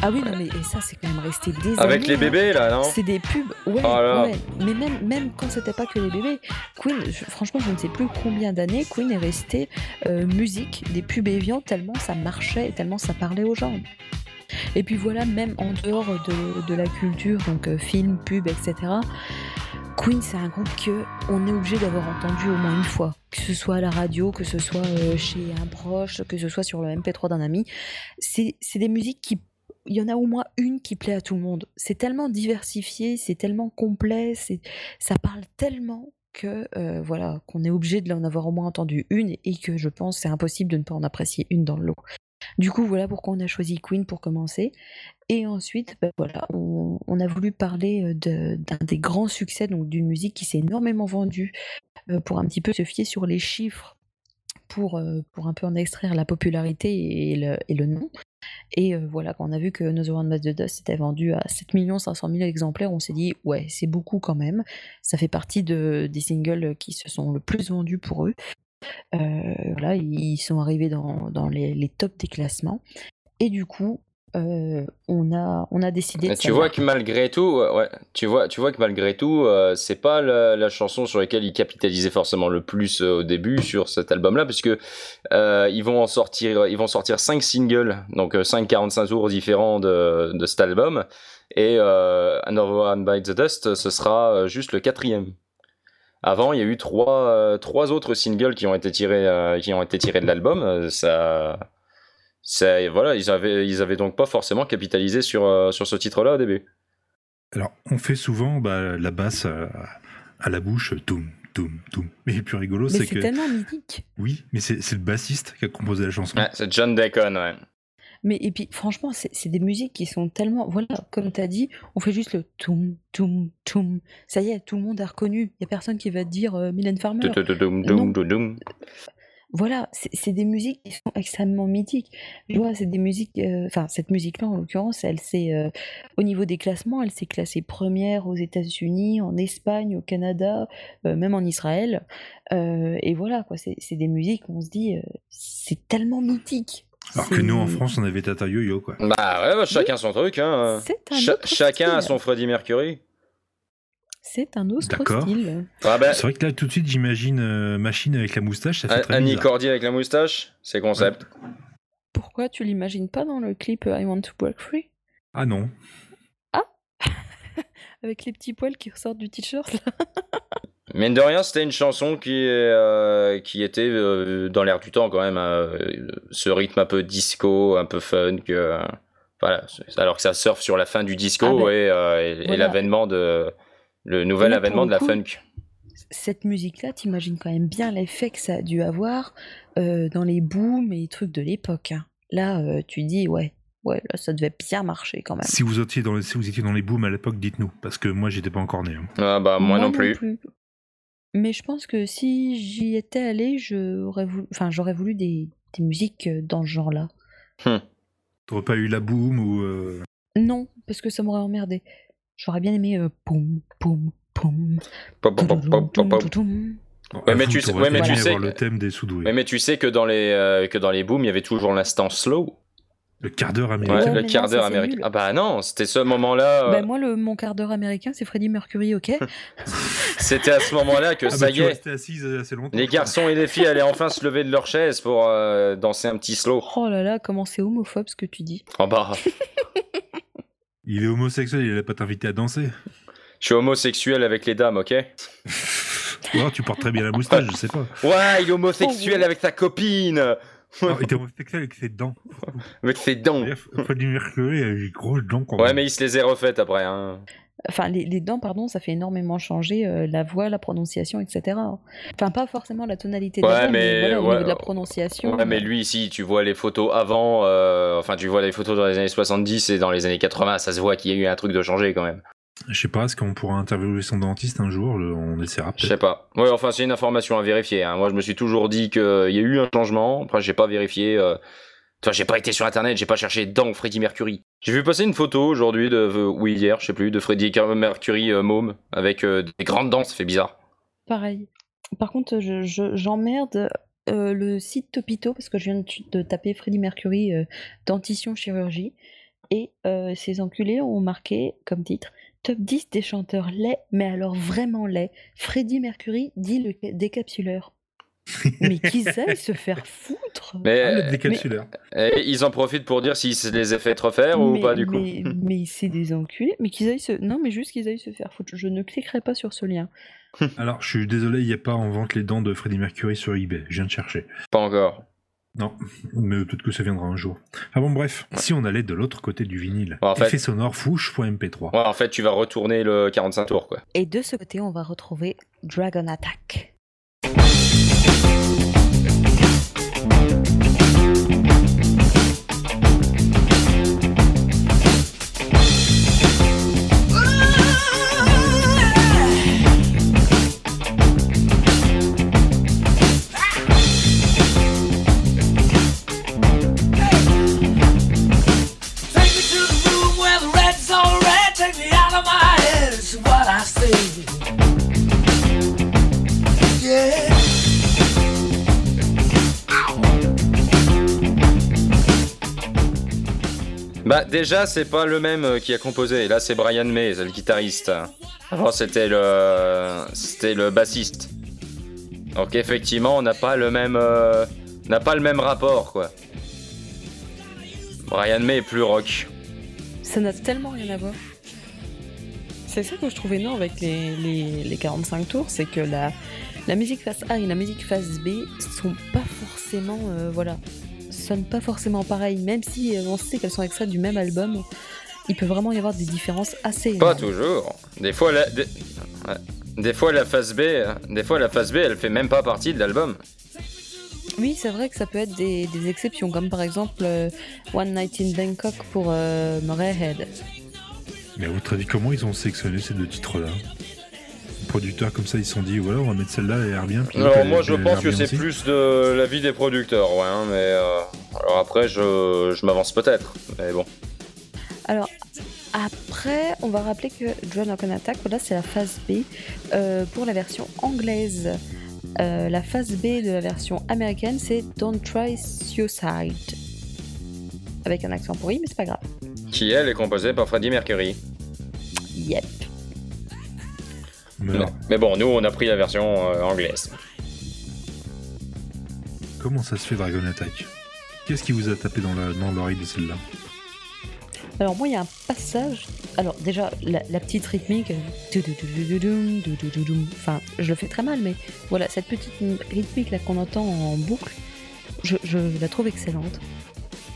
Speaker 1: ah oui non mais et ça c'est quand même resté des
Speaker 4: Avec
Speaker 1: années,
Speaker 4: les
Speaker 1: hein.
Speaker 4: bébés là, non
Speaker 1: C'est des pubs, ouais,
Speaker 4: Oh là là.
Speaker 1: ouais. Mais même, même quand c'était pas que les bébés, Queen, je- franchement, je ne sais plus combien d'années Queen est restée euh, musique des pubs Evian tellement ça marchait et tellement ça parlait aux gens. Et puis voilà, même en dehors de, de la culture, donc euh, film, pub, etc. Queen, c'est un groupe que on est obligé d'avoir entendu au moins une fois, que ce soit à la radio, que ce soit euh, chez un proche, que ce soit sur le MP3 d'un ami. C'est c'est des musiques qui il y en a au moins une qui plaît à tout le monde. C'est tellement diversifié, c'est tellement complet, c'est- ça parle tellement que euh, voilà qu'on est obligé de l'en avoir au moins entendu une et que je pense c'est impossible de ne pas en apprécier une dans le lot. Du coup voilà pourquoi on a choisi Queen pour commencer et ensuite ben, voilà on, on a voulu parler euh, de- d'un des grands succès donc d'une musique qui s'est énormément vendue euh, pour un petit peu se fier sur les chiffres pour euh, pour un peu en extraire la popularité et le- et le nom. Et euh, voilà, quand on a vu que Another One Bites the Dust était vendu à 7 500 000 exemplaires, on s'est dit, ouais, c'est beaucoup quand même. Ça fait partie de, des singles qui se sont le plus vendus pour eux. Euh, voilà, ils sont arrivés dans, dans les, les tops des classements. Et du coup, euh, on, a, on a décidé de
Speaker 4: Mais Bah, tu
Speaker 1: savoir-
Speaker 4: vois que malgré tout, euh, ouais, tu vois, tu vois que malgré tout, euh, c'est pas la, la chanson sur laquelle ils capitalisaient forcément le plus euh, au début sur cet album-là, puisque euh, ils vont en sortir, ils vont sortir cinq singles, donc euh, cinq 45 tours différents de, de cet album, et euh, Another One Bites the Dust, ce sera euh, juste le quatrième. Avant, il y a eu trois, euh, trois autres singles qui ont été tirés, euh, qui ont été tirés de l'album. Euh, Ça, ça, voilà, ils avaient, ils avaient donc pas forcément capitalisé sur, euh, sur ce titre-là au début.
Speaker 3: Alors, on fait souvent bah, la basse euh, à la bouche, toum, toum, toum. Mais le plus rigolo,
Speaker 1: Mais
Speaker 3: c'est
Speaker 1: c'est
Speaker 3: que.
Speaker 1: tellement mythique.
Speaker 3: Oui, mais c'est c'est le bassiste qui a composé la chanson.
Speaker 4: Ouais, c'est John Deacon, ouais.
Speaker 1: Mais et puis, franchement, c'est c'est des musiques qui sont tellement. Voilà, comme tu as dit, on fait juste le toum, toum, toum. Ça y est, tout le monde a reconnu. Il n'y a personne qui va te dire euh, Mylène Farmer.
Speaker 4: Tou-tou-tou-doum,
Speaker 1: Non.
Speaker 4: doum-doum-doum.
Speaker 1: voilà, c'est c'est des musiques qui sont extrêmement mythiques. Tu vois, c'est des musiques, euh, enfin cette musique-là en l'occurrence, elle s'est, euh, au niveau des classements, elle s'est classée première aux États-Unis, en Espagne, au Canada, euh, même en Israël. Euh, et voilà, quoi, c'est c'est des musiques, on se dit, euh, c'est tellement mythique.
Speaker 3: Alors que
Speaker 1: C'est-
Speaker 3: nous, en France, on avait Tata Yo-Yo, quoi.
Speaker 4: Bah ouais, bah, chacun son truc, hein.
Speaker 1: c'est un
Speaker 4: Cha-
Speaker 1: autre
Speaker 4: chacun a
Speaker 1: style.
Speaker 4: son Freddie Mercury.
Speaker 1: C'est un autre
Speaker 3: D'accord.
Speaker 1: style.
Speaker 4: Ah bah,
Speaker 3: C'est vrai que là, tout de suite, j'imagine euh, Machine avec la moustache, ça fait très
Speaker 4: Annie
Speaker 3: bizarre.
Speaker 4: Cordy avec la moustache, c'est concept.
Speaker 1: Pourquoi tu l'imagines pas dans le clip euh, I Want to Break Free
Speaker 3: Ah non.
Speaker 1: avec les petits poils qui ressortent du t-shirt là
Speaker 4: Mine de rien, c'était une chanson qui, est, euh, qui était euh, dans l'air du temps quand même. hein. Euh, ce rythme un peu disco, un peu funk. euh, voilà. C'est- Alors que ça surfe sur la fin du disco
Speaker 1: Ah ben,
Speaker 4: et, euh, et- et
Speaker 1: voilà.
Speaker 4: l'avènement de. Le nouvel
Speaker 1: Là, pour
Speaker 4: avènement
Speaker 1: le
Speaker 4: de la
Speaker 1: coup,
Speaker 4: funk.
Speaker 1: cette musique-là, t'imagines quand même bien l'effet que ça a dû avoir euh, dans les booms et les trucs de l'époque. hein. Là, euh, tu dis, ouais, ouais, là, ça devait bien marcher quand même.
Speaker 3: Si vous étiez dans les, si vous étiez dans les booms à l'époque, dites-nous, parce que moi, j'étais pas encore né. hein.
Speaker 4: Ah bah, moi, non plus.
Speaker 1: Mais je pense que si j'y étais allée, j'aurais voulu, enfin, j'aurais voulu des, des musiques euh, dans ce genre-là.
Speaker 3: T'aurais pas eu la boom ou euh,
Speaker 1: Non, parce que ça m'aurait emmerdé. J'aurais bien aimé euh, poum, poum, poum.
Speaker 4: Pop, pop, pop, pop, pop, pop.
Speaker 1: toutoum.
Speaker 3: non,
Speaker 4: Ouais,
Speaker 3: à
Speaker 4: mais
Speaker 3: vous,
Speaker 4: tu sais-
Speaker 3: t'aurais
Speaker 4: ouais, mais
Speaker 3: aimé
Speaker 1: tu
Speaker 4: sais
Speaker 3: avoir
Speaker 4: que-
Speaker 3: le thème des soudoués.
Speaker 4: Ouais, mais tu sais que dans les, euh, que dans les booms, il y avait toujours l'instant slow.
Speaker 3: Le quart d'heure
Speaker 4: Ouais,
Speaker 3: américain.
Speaker 1: mais
Speaker 4: le
Speaker 1: non,
Speaker 4: quart
Speaker 1: ça,
Speaker 4: d'heure
Speaker 1: c'est
Speaker 4: américain.
Speaker 1: nul.
Speaker 4: Ah bah non, c'était ce moment-là. euh,
Speaker 1: Bah, moi, le, mon quart d'heure américain, c'est Freddie Mercury, ok
Speaker 4: c'était à ce moment-là que
Speaker 3: Ah
Speaker 4: ça
Speaker 3: bah,
Speaker 4: y
Speaker 3: tu
Speaker 4: est.
Speaker 3: restais assise assez longtemps.
Speaker 4: Les
Speaker 3: je crois.
Speaker 4: garçons et les filles allaient enfin se lever de leur chaise pour euh, danser un petit slow. Oh bah,
Speaker 1: Oh là là, comment c'est homophobe ce que tu dis.
Speaker 4: En bas.
Speaker 3: Il est homosexuel, il a pas t'invité à danser.
Speaker 4: Je suis homosexuel avec les dames, ok
Speaker 3: Ou alors, tu portes très bien la moustache, je sais pas.
Speaker 4: Ouais, il est homosexuel
Speaker 1: Oh, ouais.
Speaker 4: avec ta copine
Speaker 3: Non, il était homosexuel avec ses dents.
Speaker 4: Avec ses dents
Speaker 3: D'ailleurs, Freddie Mercury a eu grosses dents quand
Speaker 4: Ouais,
Speaker 3: même.
Speaker 4: mais il se les est refaites après, hein.
Speaker 1: Enfin, les, les dents, pardon, ça fait énormément changer euh, la voix, la prononciation, etc. Enfin, pas forcément la tonalité de
Speaker 4: Ouais,
Speaker 1: la voix, mais,
Speaker 4: mais,
Speaker 1: voilà, au
Speaker 4: ouais,
Speaker 1: niveau de la prononciation.
Speaker 4: Ouais, mais lui, ici, tu vois les photos avant, euh, enfin, tu vois les photos dans les années 70 et dans les années 80, ça se voit qu'il y a eu un truc de changé quand même.
Speaker 3: Je sais pas, est-ce qu'on pourra interviewer son dentiste un jour le- On essaiera
Speaker 4: Je
Speaker 3: peut-être.
Speaker 4: sais pas. Ouais, enfin, c'est une information à vérifier. hein. Moi, je me suis toujours dit qu'il y a eu un changement. Après, j'ai pas vérifié. euh. Enfin, j'ai pas été sur internet, j'ai pas cherché dans Freddie Mercury. J'ai vu passer une photo aujourd'hui, de... oui, hier, je sais plus, de Freddie Mercury euh, môme, avec euh, des grandes dents, ça fait bizarre.
Speaker 1: Pareil. Par contre, je- je- j'emmerde euh, le site Topito parce que je viens de, de taper Freddie Mercury euh, dentition chirurgie et euh, ces enculés ont marqué comme titre Top 10 des chanteurs laids, mais alors vraiment laids. Freddie Mercury dit le décapsuleur. Mais qu'ils aillent se faire foutre
Speaker 3: Ah,
Speaker 4: Mais
Speaker 3: le décapsuleur.
Speaker 4: et ils en profitent pour dire s'ils se les effets trop faire
Speaker 1: mais,
Speaker 4: ou pas du coup.
Speaker 1: Mais, mais c'est des enculés. Mais qu'ils aillent se... Non, mais juste qu'ils aillent se faire foutre. Je ne cliquerai pas sur ce lien.
Speaker 3: Alors, je suis désolé, il n'y a pas en vente les dents de Freddie Mercury sur eBay. Je viens de chercher.
Speaker 4: Pas encore.
Speaker 3: Non, mais peut-être que ça viendra un jour. Ah bon, bref, si on allait de l'autre côté du vinyle,
Speaker 4: Bon, en fait-
Speaker 3: effet sonore fouche.mp3.
Speaker 4: Ouais, en fait, tu vas retourner le 45 tours quoi.
Speaker 1: Et de ce côté, on va retrouver Dragon Attack.
Speaker 2: Take me to the room where the red's all red. Take me out of my head. It's what I say. Yeah.
Speaker 4: Bah déjà, c'est pas le même euh, qui a composé. Là, c'est Brian May, c'est le guitariste. Avant, c'était le c'était le bassiste. Donc effectivement, on n'a pas le même euh, n'a pas le même rapport quoi. Brian May est plus rock.
Speaker 1: Ça n'a tellement rien à voir. C'est ça que je trouve énorme avec les, les- les 45 tours, c'est que la, la musique face A et la musique face B sont pas forcément, euh, voilà, sonnent pas forcément pareil, même si euh, on sait qu'elles sont extraites du même album. Il peut vraiment y avoir des différences assez.
Speaker 4: Pas
Speaker 1: énormes.
Speaker 4: toujours. Des fois la des, ouais. Des fois la phase B, euh, des fois la phase B, elle fait même pas partie de l'album.
Speaker 1: Oui, c'est vrai que ça peut être des, des exceptions, comme par exemple euh, One Night in Bangkok pour euh, Murray Head.
Speaker 3: Mais à votre avis, comment ils ont sélectionné ces deux titres-là Les producteurs comme ça, ils se sont dit, voilà, on va mettre celle-là et elle revient. puis l'autre,
Speaker 4: Alors
Speaker 3: elle-
Speaker 4: moi je
Speaker 3: elle
Speaker 4: pense que
Speaker 3: revient
Speaker 4: c'est
Speaker 3: aussi.
Speaker 4: euh, plus de l'avis des producteurs, ouais, hein, mais euh, alors après je, je m'avance peut-être, mais bon.
Speaker 1: Alors, après, on va rappeler que Drone Rock on Attack, voilà, c'est la phase B euh, pour la version anglaise. Euh, la phase B de la version américaine, c'est Don't Try Suicide. Avec un accent pourri, mais c'est pas grave.
Speaker 4: Qui elle est composée par Freddie Mercury.
Speaker 1: Yep.
Speaker 3: Mais alors,
Speaker 4: Mais bon, nous on a pris la version euh, anglaise.
Speaker 3: comment ça se fait Dragon Attack Qu'est-ce qui vous a tapé dans la- dans l'oreille de celle-là
Speaker 1: Alors moi, il y a un passage. Alors déjà, la, la petite rythmique, euh, doudoudoudoudoum, doudoudoudoudoum. enfin, je le fais très mal, mais voilà, cette petite rythmique là qu'on entend en boucle, je, je la trouve excellente.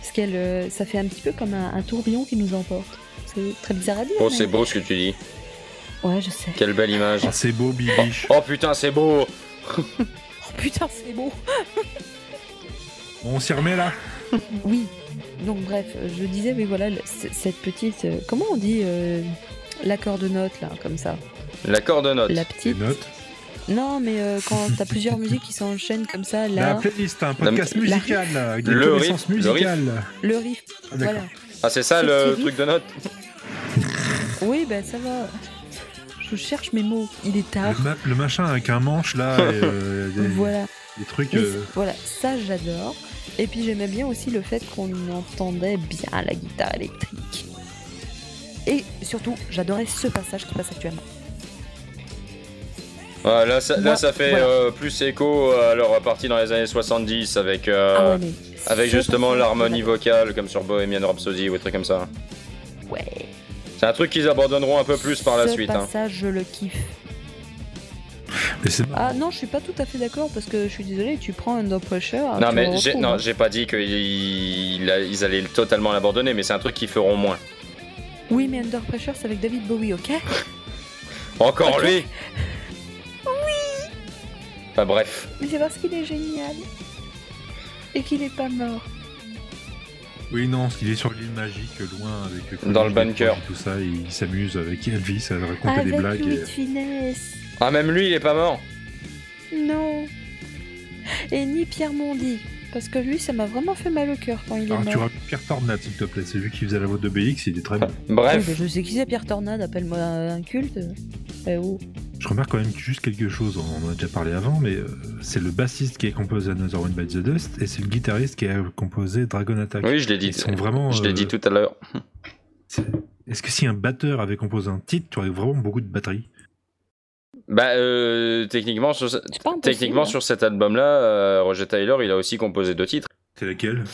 Speaker 1: Parce qu'elle, euh, ça fait un petit peu comme un, un tourbillon qui nous emporte. C'est très bizarre à dire.
Speaker 4: Oh
Speaker 1: mais-
Speaker 4: c'est beau ce que tu dis,
Speaker 1: Ouais, je sais.
Speaker 4: quelle belle image.
Speaker 3: Ah, C'est beau, Bibiche
Speaker 4: Oh putain c'est beau
Speaker 1: Oh putain, c'est beau.
Speaker 3: On s'y remet là
Speaker 1: Oui. Donc bref, euh, je disais, mais voilà, le- c- cette petite, euh, comment on dit euh, l'accord de notes là, comme ça.
Speaker 4: L'accord de note.
Speaker 1: La
Speaker 3: Les
Speaker 1: petite.
Speaker 3: notes.
Speaker 1: Non, mais euh, quand t'as plusieurs musiques qui s'enchaînent comme ça, là.
Speaker 3: La playlist, un podcast
Speaker 1: La-
Speaker 3: musical, avec des
Speaker 4: Le
Speaker 3: connaissances
Speaker 4: riff, le riff.
Speaker 3: musicales.
Speaker 1: Le riff.
Speaker 3: Ah, d'accord.
Speaker 1: voilà.
Speaker 4: Ah c'est ça
Speaker 1: C'est
Speaker 4: le
Speaker 1: Thierry.
Speaker 4: truc de note
Speaker 1: Oui, ben ça va. Je cherche mes mots. Il est tard.
Speaker 3: Le, ma- le machin avec un manche là, et, euh, des,
Speaker 1: Voilà.
Speaker 3: des trucs.
Speaker 1: Mais
Speaker 3: euh,
Speaker 1: Voilà, ça j'adore. Et puis j'aimais bien aussi le fait qu'on entendait bien la guitare électrique. Et surtout, j'adorais ce passage qui passe actuellement.
Speaker 4: Ouais, Ah, là, ça, là
Speaker 1: Moi,
Speaker 4: ça fait
Speaker 1: voilà.
Speaker 4: euh, plus écho à leur partie dans les années 70 avec, euh,
Speaker 1: Ah ouais, mais
Speaker 4: avec
Speaker 1: ce
Speaker 4: justement
Speaker 1: passage,
Speaker 4: l'harmonie
Speaker 1: j'adore.
Speaker 4: vocale comme sur Bohemian Rhapsody ou des trucs comme ça.
Speaker 1: Ouais.
Speaker 4: C'est un truc qu'ils abandonneront un peu plus par la
Speaker 1: ce
Speaker 4: suite. hein.
Speaker 1: passage, je le kiffe.
Speaker 3: mais c'est-
Speaker 1: Ah non, je suis pas tout à fait d'accord parce que je suis désolée, tu prends Under Pressure.
Speaker 4: Non
Speaker 1: tu le
Speaker 4: mais j'ai
Speaker 1: retrouves,
Speaker 4: non,
Speaker 1: hein.
Speaker 4: j'ai pas dit qu'ils allaient totalement l'abandonner, mais c'est un truc qu'ils feront moins.
Speaker 1: Oui, mais Under Pressure, c'est avec David Bowie, ok
Speaker 4: Encore
Speaker 1: Ok.
Speaker 4: lui. Enfin bref,
Speaker 1: Mais c'est parce qu'il est génial. Et qu'il est pas mort.
Speaker 3: Oui, non, il est sur l'île magique, loin avec.
Speaker 4: Dans le
Speaker 3: des
Speaker 4: bunker.
Speaker 3: proches et Tout ça, il s'amuse avec Elvis à raconter des
Speaker 1: Avec
Speaker 3: blagues.
Speaker 1: Louis
Speaker 3: et-
Speaker 1: de Funès.
Speaker 4: ah même lui il est pas mort.
Speaker 1: Non. Et ni Pierre Mondi. Parce que lui, ça m'a vraiment fait mal au cœur quand il est
Speaker 3: Alors, Ah, tu
Speaker 1: mort.
Speaker 3: rappelles Pierre Tornade, s'il te plaît. C'est lui qui faisait la voix de BX, il est très bon.
Speaker 1: Oui,
Speaker 4: Bref,
Speaker 1: mais je sais qui c'est Pierre Tornade, appelle-moi un culte. Eh oh.
Speaker 3: Je remarque quand même juste quelque chose, on en a déjà parlé avant, mais euh, c'est le bassiste qui a composé Another One by the Dust et c'est le guitariste qui a composé Dragon Attack.
Speaker 4: oui je l'ai dit,
Speaker 3: Ils sont vraiment.
Speaker 4: je l'ai
Speaker 3: euh,
Speaker 4: dit tout à l'heure.
Speaker 3: c'est- Est-ce que si un batteur avait composé un titre, tu aurais vraiment beaucoup de batterie
Speaker 4: Bah, euh, techniquement, sur, ce-
Speaker 1: C'est pas impossible,
Speaker 4: techniquement
Speaker 1: hein.
Speaker 4: sur cet album-là, euh, Roger Taylor, il a aussi composé deux titres.
Speaker 3: C'est laquelle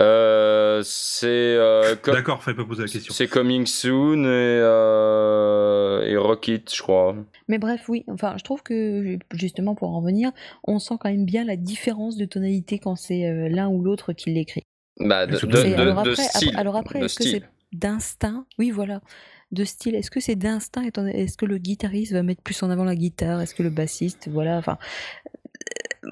Speaker 4: Euh, c'est euh, Co-
Speaker 3: D'accord, fallait pas poser la question.
Speaker 4: c'est Coming Soon et, euh, et Rocket, je crois.
Speaker 1: Mais bref, oui, enfin, je trouve que justement pour en revenir, on sent quand même bien la différence de tonalité quand c'est euh, l'un ou l'autre qui l'écrit.
Speaker 4: Bah, de,
Speaker 3: Et surtout,
Speaker 4: de-
Speaker 3: c'est-
Speaker 4: de-
Speaker 1: alors
Speaker 4: de
Speaker 1: après, ap-
Speaker 4: style.
Speaker 1: alors après,
Speaker 4: de
Speaker 1: est-ce que
Speaker 4: style.
Speaker 1: D'instinct, oui, voilà. De style, est-ce que c'est d'instinct étant- Est-ce que le guitariste va mettre plus en avant la guitare Est-ce que le bassiste Voilà, enfin. euh,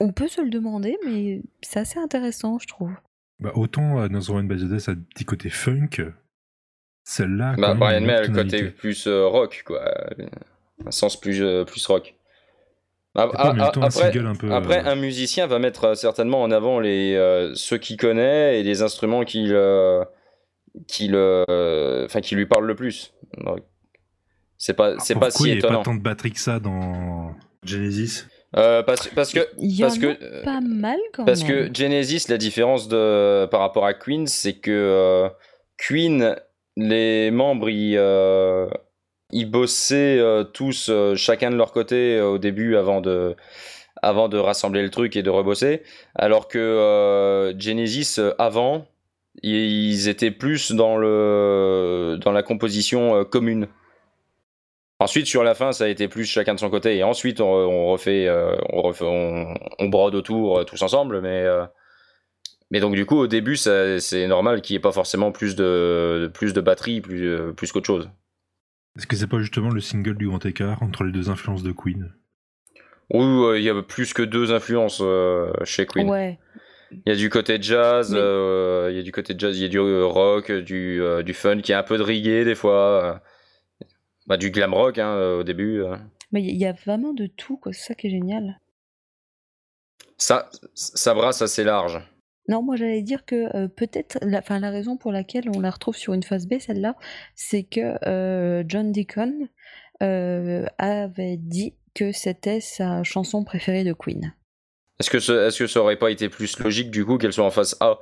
Speaker 1: On peut se le demander, mais c'est assez intéressant, je trouve.
Speaker 3: Bah, autant euh, dans One by the Death, ça a un petit côté funk. Celle-là.
Speaker 4: Bah,
Speaker 3: Ah, quand même,
Speaker 4: Brian
Speaker 3: une
Speaker 4: May a le
Speaker 3: autre
Speaker 4: côté
Speaker 3: tonalité.
Speaker 4: plus euh, rock, quoi. Un sens plus, euh, plus rock. Ah,
Speaker 3: Peut-être
Speaker 4: ah,
Speaker 3: en même
Speaker 4: ah,
Speaker 3: temps, un
Speaker 4: après,
Speaker 3: single un peu.
Speaker 4: après,
Speaker 3: euh,
Speaker 4: un musicien va mettre euh, certainement en avant les, euh, ceux qu'il connaît et les instruments qu'il euh, qu'il, euh, enfin, qui lui parlent le plus. Donc, C'est pas, c'est pas
Speaker 3: Ah, pourquoi
Speaker 4: si
Speaker 3: il y avait
Speaker 4: étonnant.
Speaker 3: pas tant de batterie que ça dans Genesis
Speaker 4: Euh, parce, parce que,
Speaker 1: Il y
Speaker 4: parce
Speaker 1: en
Speaker 4: que,
Speaker 1: a pas mal quand
Speaker 4: Euh, Parce
Speaker 1: même.
Speaker 4: que Genesis, la différence de, par rapport à Queen, c'est que euh, Queen, les membres, ils, euh, ils bossaient euh, tous, euh, chacun de leur côté euh, au début avant de, avant de rassembler le truc et de rebosser. Alors que euh, Genesis, euh, avant, ils étaient plus dans, le, dans la composition euh, commune. Ensuite, sur la fin, ça a été plus chacun de son côté. Et ensuite, on, on refait, euh, on, refait on, on brode autour euh, tous ensemble. Mais, euh, mais donc, du coup, au début, ça- c'est normal qu'il n'y ait pas forcément plus de, plus de batterie, plus, euh, plus qu'autre chose.
Speaker 3: Est-ce que c'est pas justement le single du grand écart entre les deux influences de Queen
Speaker 4: Ou euh, il y a plus que deux influences euh, chez Queen.
Speaker 1: Ouais.
Speaker 4: Il y a du côté jazz,
Speaker 1: Mais-
Speaker 4: euh, il y a du côté jazz, il y a du euh, rock, du, euh, du fun qui est un peu de reggae des fois. euh, bah, du glam rock hein, euh, au début. euh.
Speaker 1: Mais il y a vraiment de tout, quoi. C'est ça qui est génial.
Speaker 4: Ça, ça brasse assez large.
Speaker 1: Non, moi j'allais dire que euh, peut-être, la, enfin, la raison pour laquelle on la retrouve sur une phase B, celle-là, c'est que euh, John Deacon euh, avait dit que c'était sa chanson préférée de Queen.
Speaker 4: Est-ce que, ce, est-ce que ça aurait pas été plus logique du coup qu'elle soit en face A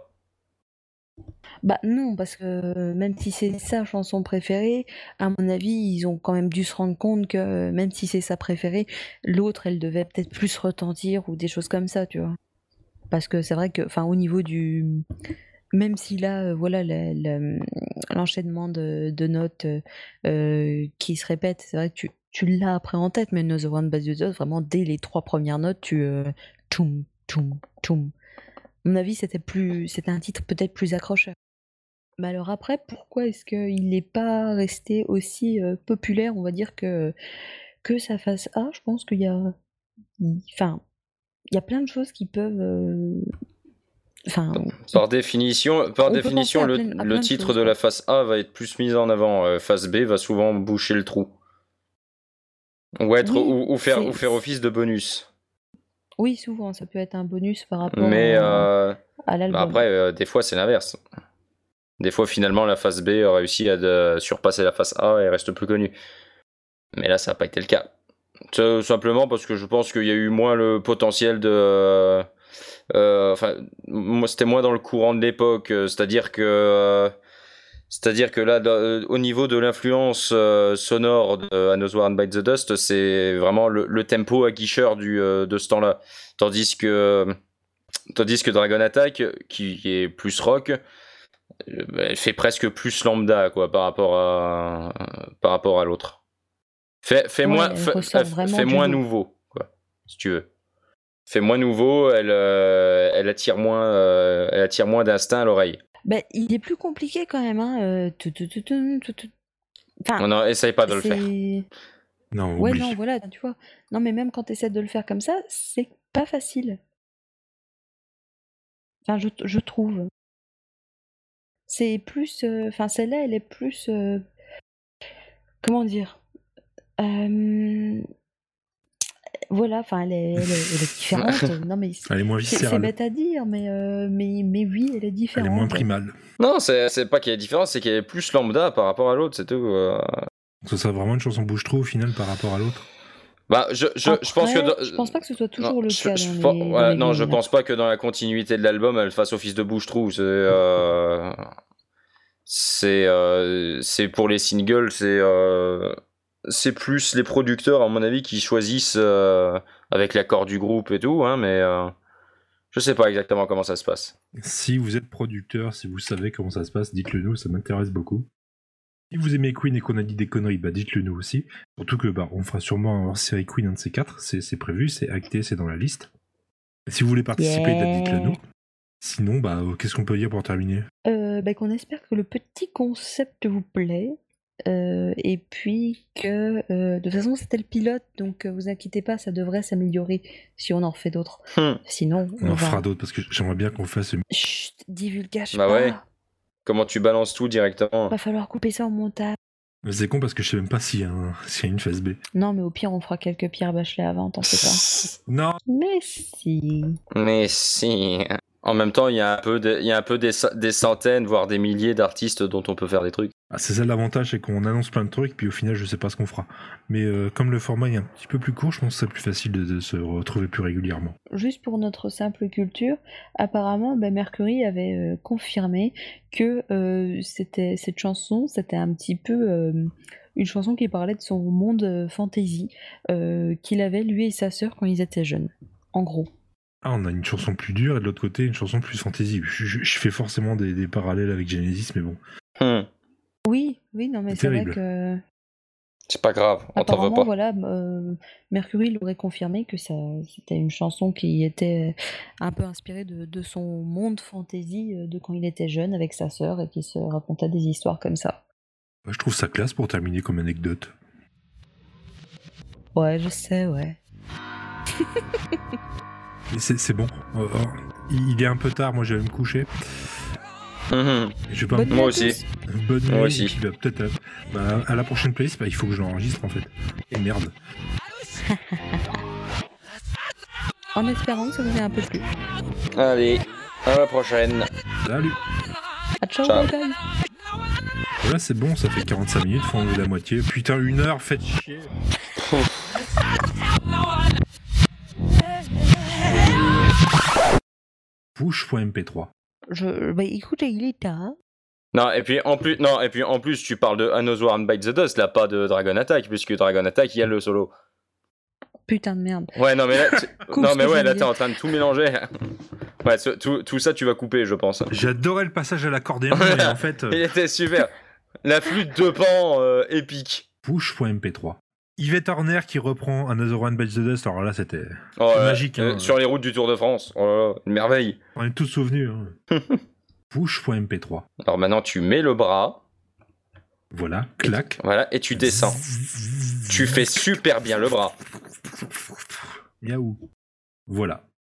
Speaker 1: Bah non, parce que euh, même si c'est sa chanson préférée, à mon avis, ils ont quand même dû se rendre compte que euh, même si c'est sa préférée, l'autre, elle devait peut-être plus retentir ou des choses comme ça, tu vois. Parce que c'est vrai que, enfin, au niveau du... Même si là, euh, voilà, la- la- l'enchaînement de, de notes euh, euh, qui se répètent, c'est vrai que tu, tu l'as après en tête, mais Another One Bites the Dust, vraiment, dès les trois premières notes, tu... euh, tchoum, tchoum, tchoum. À mon avis, c'était plus, c'était un titre peut-être plus accrocheur. Mais alors après, pourquoi est-ce qu'il n'est pas resté aussi euh, populaire, on va dire, que, que sa face A Je pense qu'il y a... Enfin, il y a plein de choses qui peuvent... euh, Enfin, qui-
Speaker 4: Par définition, par
Speaker 1: On peut
Speaker 4: définition
Speaker 1: penser
Speaker 4: le,
Speaker 1: à plein- à
Speaker 4: le
Speaker 1: plein de
Speaker 4: titre
Speaker 1: choses,
Speaker 4: de la
Speaker 1: quoi.
Speaker 4: face A va être plus mis en avant. euh, face B va souvent boucher le trou. Ou, être,
Speaker 1: Oui,
Speaker 4: ou, ou faire,
Speaker 1: c'est-
Speaker 4: ou faire office de bonus.
Speaker 1: oui, souvent, ça peut être un bonus par rapport
Speaker 4: Mais.
Speaker 1: à,
Speaker 4: euh,
Speaker 1: à l'album.
Speaker 4: Bah après, euh, des fois, c'est l'inverse. Des fois, finalement, la phase B a réussi à de- surpasser la phase A et reste plus connue. Mais là, ça n'a pas été le cas. Tout simplement parce que je pense qu'il y a eu moins le potentiel de. euh, Enfin, moi, c'était moins dans le courant de l'époque. euh, C'est-à-dire que. euh, c'est-à-dire que là, dans- euh, au niveau de l'influence euh, sonore de Another One Bites the Dust, c'est vraiment le, le tempo aguicheur du, euh, de ce temps-là. Tandis que Tandis que Dragon Attack, qui est plus rock, euh, bah, elle fait presque plus lambda quoi par rapport à par rapport à l'autre. Fait, fait
Speaker 1: Ouais,
Speaker 4: moins
Speaker 1: elle
Speaker 4: fait,
Speaker 1: ressort
Speaker 4: elle-
Speaker 1: vraiment
Speaker 4: fait
Speaker 1: du
Speaker 4: moins
Speaker 1: lot.
Speaker 4: nouveau quoi, si tu veux. Fait moins nouveau, elle euh, elle attire moins euh, elle attire moins d'instinct à l'oreille.
Speaker 1: Ben, il est plus compliqué quand même, hein. euh, tout, tout, tout, tout, tout, tout. Enfin,
Speaker 4: On n'en essaye pas de le
Speaker 1: Ah. c'est-
Speaker 4: faire.
Speaker 3: Non,
Speaker 1: Ouais,
Speaker 3: oublie.
Speaker 1: non, voilà, tu vois. Non, mais même quand tu essaies de le faire comme ça, c'est pas facile. Enfin, je, je trouve. C'est plus. euh, Enfin, celle-là, elle est plus. euh, comment dire Euh, Voilà, enfin, elle est, elle est- elle est différente. non, mais c'est
Speaker 3: Elle est moins
Speaker 1: c'est- c'est
Speaker 3: viscérale.
Speaker 1: bête à dire, mais, euh, mais, mais oui, elle est
Speaker 3: Elle
Speaker 1: différente.
Speaker 3: est moins primale.
Speaker 4: Non, c'est c'est pas qu'il y a différence, c'est qu'il y a plus lambda par rapport à l'autre, c'est tout. euh.
Speaker 3: Ce sera vraiment une chanson bouche-trou au final par rapport à l'autre.
Speaker 4: Bah, je, je, je pense que
Speaker 1: Après,
Speaker 4: dans-
Speaker 1: je pense pas que ce soit toujours
Speaker 4: Non,
Speaker 1: le
Speaker 4: je-
Speaker 1: cas.
Speaker 4: je
Speaker 1: dans
Speaker 4: pen-
Speaker 1: les-
Speaker 4: voilà,
Speaker 1: dans les
Speaker 4: non, je
Speaker 1: vinyles.
Speaker 4: pense pas que dans la continuité de l'album, elle fasse office de bouche-trou. C'est, euh, c'est, euh, c'est pour les singles, c'est, euh, c'est plus les producteurs, à mon avis, qui choisissent euh, avec l'accord du groupe et tout, hein, mais euh, je sais pas exactement comment ça se passe.
Speaker 3: Si vous êtes producteur, si vous savez comment ça se passe, dites-le nous, ça m'intéresse beaucoup. Si vous aimez Queen et qu'on a dit des conneries, bah dites-le nous aussi. Surtout que bah, on fera sûrement un hors-série Queen un de ces quatre, c'est c'est prévu, c'est acté, c'est dans la liste. Si vous voulez participer,
Speaker 1: Yeah.
Speaker 3: bah, dites-le nous. Sinon, bah euh, qu'est-ce qu'on peut dire pour terminer
Speaker 1: Euh, bah, qu'on espère que le petit concept vous plaît. euh, et puis que euh, de toute façon c'était le pilote donc euh, vous inquiétez pas ça devrait s'améliorer si on en refait d'autres
Speaker 4: Hmm.
Speaker 1: sinon
Speaker 3: On en
Speaker 1: va-
Speaker 3: fera d'autres parce que j'aimerais bien qu'on fasse une...
Speaker 1: Chut divulgage
Speaker 4: Bah
Speaker 1: pas
Speaker 4: ouais. Comment tu balances tout directement
Speaker 1: va falloir couper ça au montage
Speaker 3: Mais C'est con parce que je sais même pas s'il y, a un- s'il y a une phase B.
Speaker 1: non mais au pire on fera quelques pierres bachelet avant t'en fais pas
Speaker 3: Non
Speaker 1: mais si
Speaker 4: Mais si. En même temps, il y a un peu, de- il y a un peu des, ce- des centaines, voire des milliers d'artistes dont on peut faire des trucs.
Speaker 3: Ah, C'est ça l'avantage, c'est qu'on annonce plein de trucs, puis au final je sais pas ce qu'on fera. Mais euh, comme le format est un petit peu plus court, je pense que c'est plus facile de, de se retrouver plus régulièrement.
Speaker 1: juste pour notre simple culture, apparemment, bah, Mercury avait euh, confirmé que euh, c'était cette chanson, c'était un petit peu euh, une chanson qui parlait de son monde euh, fantasy euh, qu'il avait lui et sa sœur quand ils étaient jeunes. En gros.
Speaker 3: Ah, on a une chanson plus dure et de l'autre côté une chanson plus fantaisie. Je, je- je fais forcément des, des parallèles avec Genesis, mais bon.
Speaker 4: Hmm.
Speaker 1: Oui, oui, non mais
Speaker 3: C'est
Speaker 1: c'est vrai
Speaker 3: terrible.
Speaker 1: que
Speaker 4: C'est pas grave, on t'en veut
Speaker 1: apparemment
Speaker 4: pas.
Speaker 1: voilà, euh, Mercury l'aurait confirmé que ça c'était une chanson qui était euh, un peu inspirée de, de son monde fantasy euh, de quand il était jeune avec sa sœur et qui se racontait des histoires comme ça.
Speaker 3: Bah, je trouve ça classe pour terminer comme anecdote.
Speaker 1: Ouais, je sais, ouais.
Speaker 3: Mais c'est c'est bon. Euh, euh, il il est un peu tard, moi j'allais me coucher.
Speaker 4: Mhm.
Speaker 3: Et Je vais pas
Speaker 1: Bonne
Speaker 3: me-
Speaker 1: nuit à
Speaker 4: Moi aussi.
Speaker 1: tous.
Speaker 3: Bonne nuit,
Speaker 4: Moi aussi.
Speaker 3: et puis, bah, peut-être à, bah, à la prochaine playlist, bah, il faut que je l'enregistre en fait. Et merde.
Speaker 1: En espérant que ça vous ait un peu plu.
Speaker 4: Allez, à la prochaine.
Speaker 3: Salut
Speaker 1: À ciao,
Speaker 4: Ciao.
Speaker 1: bye bye.
Speaker 3: Voilà, c'est bon, ça fait 45 minutes, faut enlever la moitié. Putain, une heure, faites chier Push.mp3.
Speaker 1: Je, bah écoutez, il est tard.
Speaker 4: Non et puis en plus, non et puis en plus, tu parles de Another One Bites the Dust, là, pas de Dragon Attack, puisque Dragon Attack, il y a le solo.
Speaker 1: Putain de merde.
Speaker 4: Ouais, non mais là, tu-
Speaker 1: Coupe
Speaker 4: non
Speaker 1: ce
Speaker 4: mais
Speaker 1: que
Speaker 4: ouais,
Speaker 1: j'ai
Speaker 4: là,
Speaker 1: dit.
Speaker 4: t'es en train de tout mélanger. Ouais, ce- tout, tout ça, tu vas couper, je pense.
Speaker 3: J'adorais le passage à l'accordéon, mais en fait,
Speaker 4: Il
Speaker 3: euh,
Speaker 4: était super. La flûte de pan euh, épique.
Speaker 3: push.mp3. Yvette Horner qui reprend Another One Bites the Dust, alors là, c'était...
Speaker 4: Oh là là,
Speaker 3: Magique, hein.
Speaker 4: euh, sur les routes du Tour de France. Oh là là, une merveille.
Speaker 3: On est tous souvenus, hein. Push.mp3.
Speaker 4: Alors maintenant, tu mets le bras,
Speaker 3: Voilà, clac.
Speaker 4: voilà, et tu descends. Tu fais super bien le bras.
Speaker 3: Miaou. Voilà.